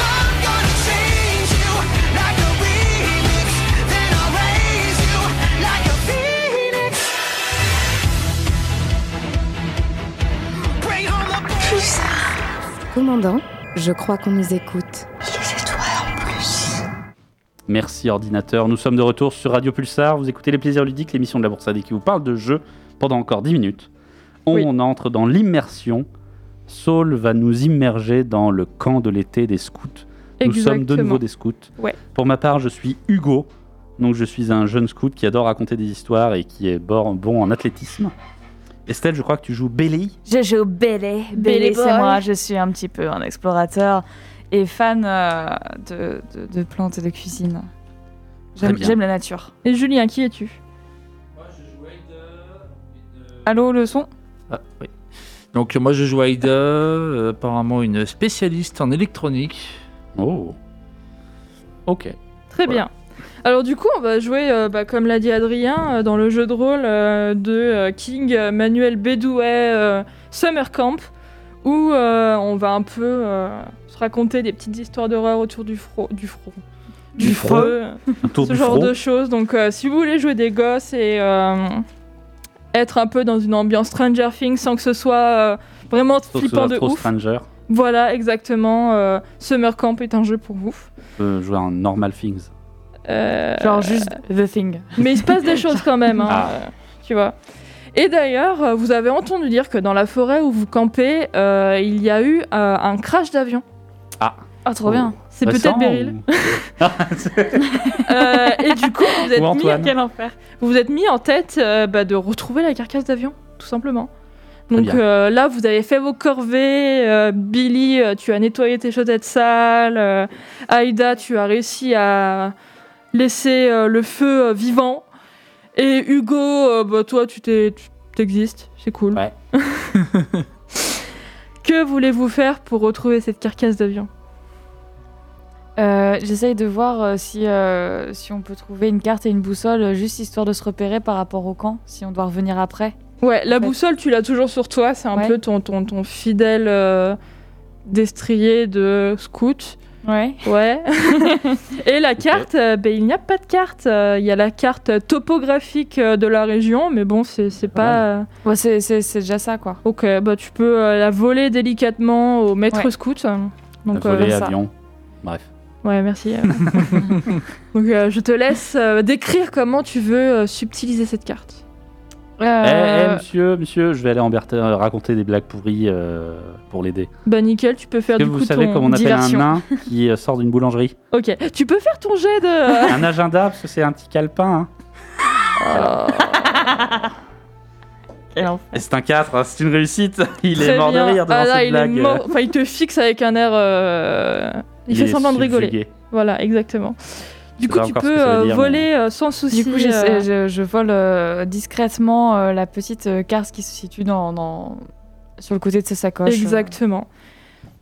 I'm gonna change you like a remix, then I'll raise you like a phoenix. Bring home the boys. Commandant, je crois qu'on nous écoute. Merci ordinateur. Nous sommes de retour sur Radio Pulsar. Vous écoutez Les Plaisirs Ludiques, l'émission de la Bourse AD qui vous parle de jeux pendant encore 10 minutes. On Oui. entre dans l'immersion. Saul va nous immerger dans le camp de l'été des scouts. Nous sommes de nouveau des scouts. Ouais. Pour ma part, je suis Hugo. Donc je suis un jeune scout qui adore raconter des histoires et qui est bon, bon en athlétisme. Estelle, je crois que tu joues Belly. Je joue Bélé. Bélé, c'est moi. Je suis un petit peu un explorateur et fan euh, de, de- de plantes et de cuisine. J'aime bien. j'aime la nature. Et Julien, qui es-tu Allô, le son Ah, oui. Donc moi je joue Aida, euh, apparemment une spécialiste en électronique. Oh. Ok. Très Voilà. bien. Alors du coup, on va jouer, euh, bah, comme l'a dit Adrien, euh, dans le jeu de rôle euh, de euh, King euh, Manuel Bédouet euh, Summer Camp, où euh, on va un peu euh, se raconter des petites histoires d'horreur autour du fro... du fro... Du fro- feu, Un tour ce du genre front. de choses. Donc euh, si vous voulez jouer des gosses et euh, être un peu dans une ambiance Stranger Things sans que ce soit euh, vraiment Sauf que ce flippant de Astro ouf, Stranger. voilà exactement, euh, Summer Camp est un jeu pour vous. peut euh, jouer un Normal Things. Euh, Genre juste The Thing. Mais il se passe des choses quand même, hein, Ah. euh, tu vois. Et d'ailleurs, euh, vous avez entendu dire que dans la forêt où vous campez, euh, il y a eu euh, un crash d'avion. Ah. Ah, trop bien. C'est Récent peut-être Beryl. ou- Ah, c'est- Euh, et du coup, vous Ou êtes mis Antoine. quel enfer. Vous vous êtes mis en tête euh, bah, de retrouver la carcasse d'avion, tout simplement. Donc bien. euh, là, vous avez fait vos corvées. euh, Billy, euh, tu as nettoyé tes chaussettes sales. euh, Aïda, tu as réussi à laisser euh, le feu euh, vivant. Et Hugo, euh, bah, toi, tu t'es- tu t'existes. C'est cool. Ouais. que voulez-vous faire pour retrouver cette carcasse d'avion Euh, J'essaye de voir euh, si, euh, si on peut trouver une carte et une boussole, euh, juste histoire de se repérer par rapport au camp, si on doit revenir après. Ouais, la fait. boussole, tu l'as toujours sur toi. C'est un Ouais. peu ton, ton, ton fidèle euh, destrier de scout. Ouais. Ouais. Et la carte, euh, ben, il n'y a pas de carte. Euh, Il y a la carte topographique euh, de la région, mais bon, c'est c'est pas. euh, Ouais, c'est- c'est c'est déjà ça, quoi. Ok, bah, tu peux euh, la voler délicatement au maître Ouais. scout. Donc, euh, Voler ça. avion. Bref. ouais, merci. euh. Donc, euh, je te laisse euh, décrire comment tu veux euh, subtiliser cette carte. Eh, eh, Euh, monsieur, monsieur, je vais aller en Berthe- euh, raconter des blagues pourries euh, pour l'aider. Bah, nickel, tu peux faire Est-ce que du vous coup savez ton- comment on appelle diversion. un nain qui euh, sort d'une boulangerie Ok, tu peux faire ton jet de. Un agenda, parce que c'est un petit calepin. hein. Oh. Et C'est un 4, hein, c'est une réussite. Il est Très mort bien. de rire devant Ah là, cette il blague. Est mort. Enfin, il te fixe avec un air. euh, Il, fait est semblant de rigoler. subjugué. Voilà, exactement. Du coup, pas tu encore ce que peux ça veut euh, dire, voler euh, sans souci. Du coup, euh, j'essaie- je, je vole euh, discrètement euh, la petite euh, carte qui se situe dans, dans- sur le côté de sa sacoche. euh. Exactement.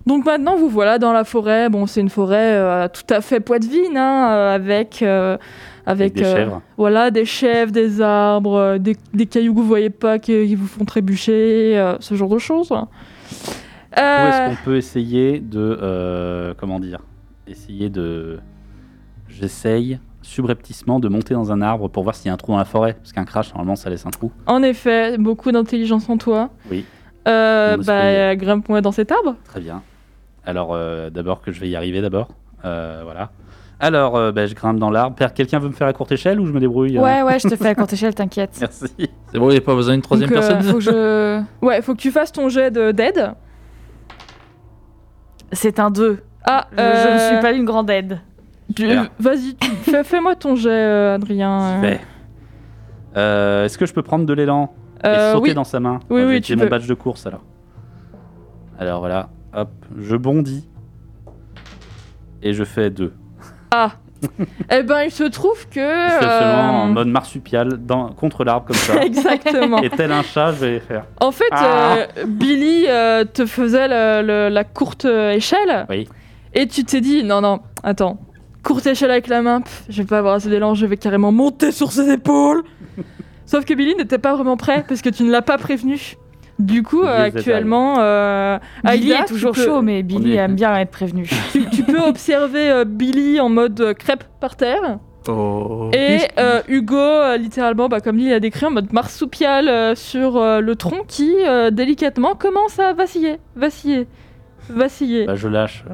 Donc maintenant, vous voilà dans la forêt. Bon, c'est une forêt euh, tout à fait poitevine, hein, euh, avec, euh, Avec avec, des euh, chèvres. voilà, des chèvres, des arbres, euh, des, des cailloux que vous voyez pas qui, qui vous font trébucher, euh, ce genre de choses. Où Euh, est-ce qu'on peut essayer de. euh, comment dire Essayer de. J'essaye subrepticement de monter dans un arbre pour voir s'il y a un trou dans la forêt. Parce qu'un crash, normalement, ça laisse un trou. En effet, beaucoup d'intelligence en toi. Oui. Euh, On a bah, essayé. euh, grimpe-moi dans cet arbre. Très bien. Alors, euh, d'abord que je vais y arriver d'abord. Euh, voilà. Alors, euh, bah, je grimpe dans l'arbre. Père, Quelqu'un veut me faire à courte échelle ou je me débrouille euh Ouais, ouais, je te fais à courte échelle, t'inquiète. Merci. C'est bon, il n'y a pas besoin d'une troisième Donc, euh, personne. faut que je... Ouais, faut que tu fasses ton jet de- d'aide. C'est un 2. Ah, Je, je ne suis pas une grande aide. tu- Super. Vas-y, tu- fais- fais-moi ton jet, euh, Adrien. Super. Euh, Est-ce que je peux prendre de l'élan et Euh, sauter oui. dans sa main Oui, Ah, oui, j'ai- tu J'ai mon peux. badge de course alors. Alors voilà, hop, je bondis. et je fais 2. Eh ben, il se trouve que. Je suis absolument euh, en mode marsupial dans, contre l'arbre comme ça. Exactement. et tel un chat, je vais les faire. En fait, Ah. euh, Billy euh, te faisait le- le- la courte euh, échelle. Oui. Et tu t'es dit, non, non, attends, courte échelle avec la main, pff, je vais pas avoir assez d'élan, je vais carrément monter sur ses épaules. Sauf que Billy n'était pas vraiment prêt parce que tu ne l'as pas prévenu. Du coup, Billy euh, is actuellement, euh, Billy Aïda, est toujours tu peux- chaud, mais Billy est- aime bien être prévenu. Tu, tu peux observer euh, Billy en mode euh, crêpe par terre Oh. et euh, Hugo, euh, littéralement, bah, comme Lily a décrit, en mode marsupial euh, sur euh, le tronc qui euh, délicatement commence à vaciller, vaciller, vaciller. Euh, Bah, je lâche.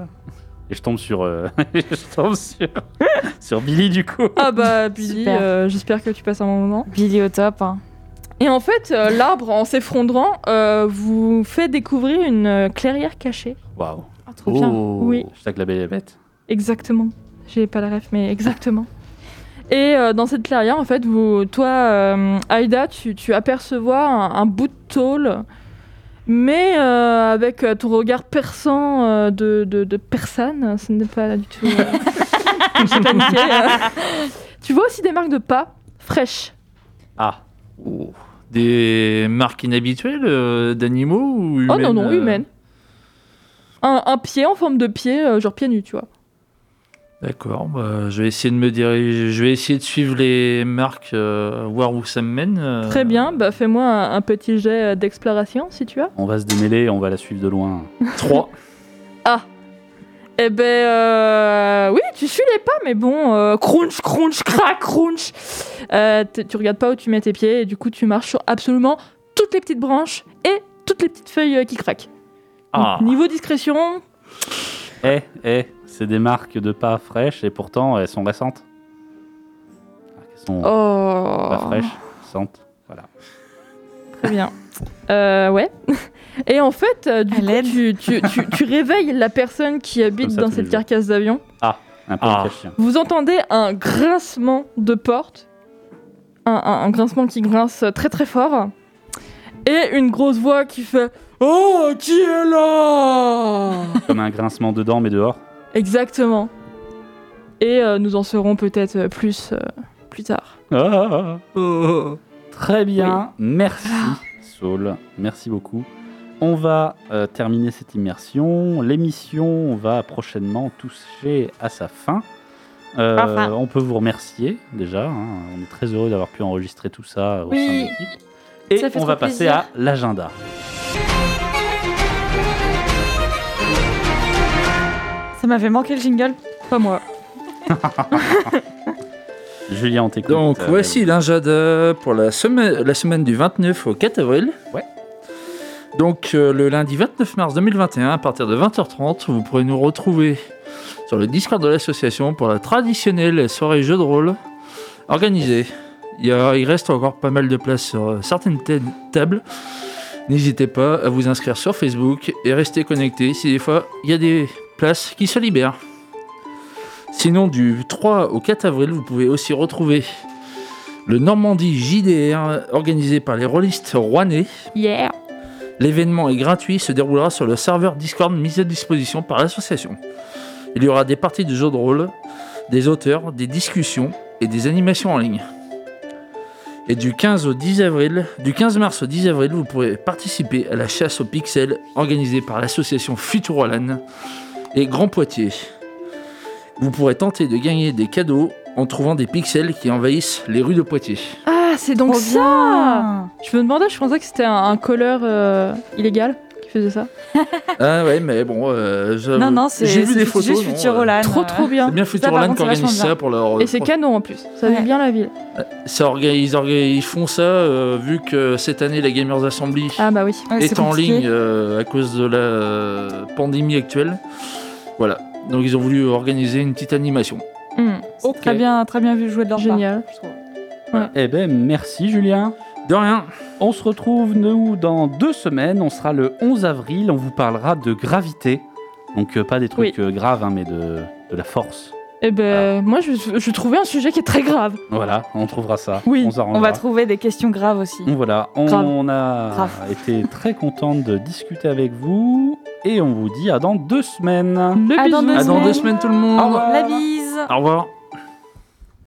Et je tombe sur. euh, je tombe sur. sur Billy, du coup. Ah bah Billy, Super. euh, j'espère que tu passes un bon moment. Billy au top. hein. Et en fait, euh, l'arbre, en s'effondrant, euh, vous fait découvrir une euh, clairière cachée. Waouh. Ah, trop bien. Oh, Oui. Je tacle la belle et la bête. Exactement. J'ai pas la ref, mais exactement. Et euh, dans cette clairière, en fait, vous, toi, euh, Aïda, tu, tu apercevois un, un bout de tôle, mais euh, avec euh, ton regard perçant euh, de, de, de persane, ce n'est pas du tout. euh, j'ai paniqué, euh. Tu vois aussi des marques de pas fraîches. Ah. Oh. Des marques inhabituelles euh, d'animaux ou humaines Oh non, non, euh, humaine. Un, un pied en forme de pied, euh, genre pied nu, tu vois. D'accord, bah, je vais essayer de me diriger, je vais essayer de suivre les marques, euh, voir où ça me mène. euh. Très bien, bah fais-moi un, un petit jet euh, d'exploration si tu as. On va se démêler, on va la suivre de loin. 3. Eh ben, euh, oui, tu suis les pas, mais bon, euh, crunch, crunch, crac, crunch. Euh, t- tu regardes pas où tu mets tes pieds et du coup, tu marches sur absolument toutes les petites branches et toutes les petites feuilles euh, qui craquent. Ah. Niveau discrétion, Eh, eh, c'est des marques de pas fraîches et pourtant elles sont récentes. Ah, Elles sont oh, pas fraîches, récentes. très bien. Euh, ouais. Et en fait, euh, du À l'aide. coup, tu, tu- tu- tu réveilles la personne qui habite ça dans tous les cette jours. carcasse d'avion. Un peu Ah. le chien. Vous entendez un grincement de porte, un, un- un grincement qui grince très très fort, et une grosse voix qui fait Oh, qui est là Comme un grincement dedans mais dehors. Exactement. Et euh, nous en saurons peut-être euh, plus euh, plus tard. Ah, ah, ah. Très bien, merci Ah. Saul, merci beaucoup. On va euh, terminer cette immersion. L'émission va prochainement toucher à sa fin. Euh, Enfin. On peut vous remercier déjà. hein. On est très heureux d'avoir pu enregistrer tout ça au sein de Oui. l'équipe. Et Ça fait on va trop passer plaisir. à l'agenda. Ça m'avait manqué le jingle. Pas moi. Julien, on t'écoute. Donc Euh, voici l'agenda pour la semaine, la semaine du 29 au 4 avril. Ouais. Donc euh, le lundi 29 mars 2021 à partir de 20h30, vous pourrez nous retrouver sur le Discord de l'association pour la traditionnelle soirée jeu de rôle organisée. Il, y a- il reste encore pas mal de place sur euh, certaines ta- tables. N'hésitez pas à vous inscrire sur Facebook et restez connectés si des fois il y a des places qui se libèrent. Sinon, du 3 au 4 avril, vous pouvez aussi retrouver le Normandie JDR organisé par les rôlistes rouennais. Yeah L'événement est gratuit, se déroulera sur le serveur Discord mis à disposition par l'association. Il y aura des parties de jeux de rôle, des auteurs, des discussions et des animations en ligne. Et du 15 au 10 avril, du 15 mars au 10 avril, vous pourrez participer à la chasse aux pixels organisée par l'association Futurolan et Grand Poitiers. Vous pourrez tenter de gagner des cadeaux en trouvant des pixels qui envahissent les rues de Poitiers. Ah, c'est donc Trop ça bien. Je me demandais, je pensais que c'était un, un colleur euh, illégal qui faisait ça. Ah ouais, mais bon, euh, je- Non, non, c'est j'ai vu c'est des photos. juste non, euh, Futurolan. Trop trop bien C'est bien par Futuroland contre, qui c'est organise vachement bien. ça pour leur. Et c'est canon en plus, ça Ouais. vit bien la ville. ça orga- ils, orga- ils font ça euh, vu que cette année la Gamers Assembly Ah bah oui. Ouais, est c'est en compliqué. ligne euh, à cause de la euh, pandémie actuelle. Voilà. Donc ils ont voulu organiser une petite animation. Hmm. Ok. Très bien, très bien vu jouer de leur part, Génial. je trouve. Eh ben, merci Julien. De rien. On se retrouve, nous, dans deux semaines. On sera le 11 avril. On vous parlera de gravité. Donc, euh, pas des trucs euh, graves, hein, mais de, de la force. Eh ben, moi, je, je trouvais un sujet qui est très grave. Voilà, on trouvera ça. Oui, on s'arrangera. On va trouver des questions graves aussi. Voilà, on Grave. a Grave. été très contente de discuter avec vous et on vous dit à dans deux semaines. Le À dans bisou. deux À dans semaines. deux semaines, tout le monde. Au revoir. La bise Au revoir.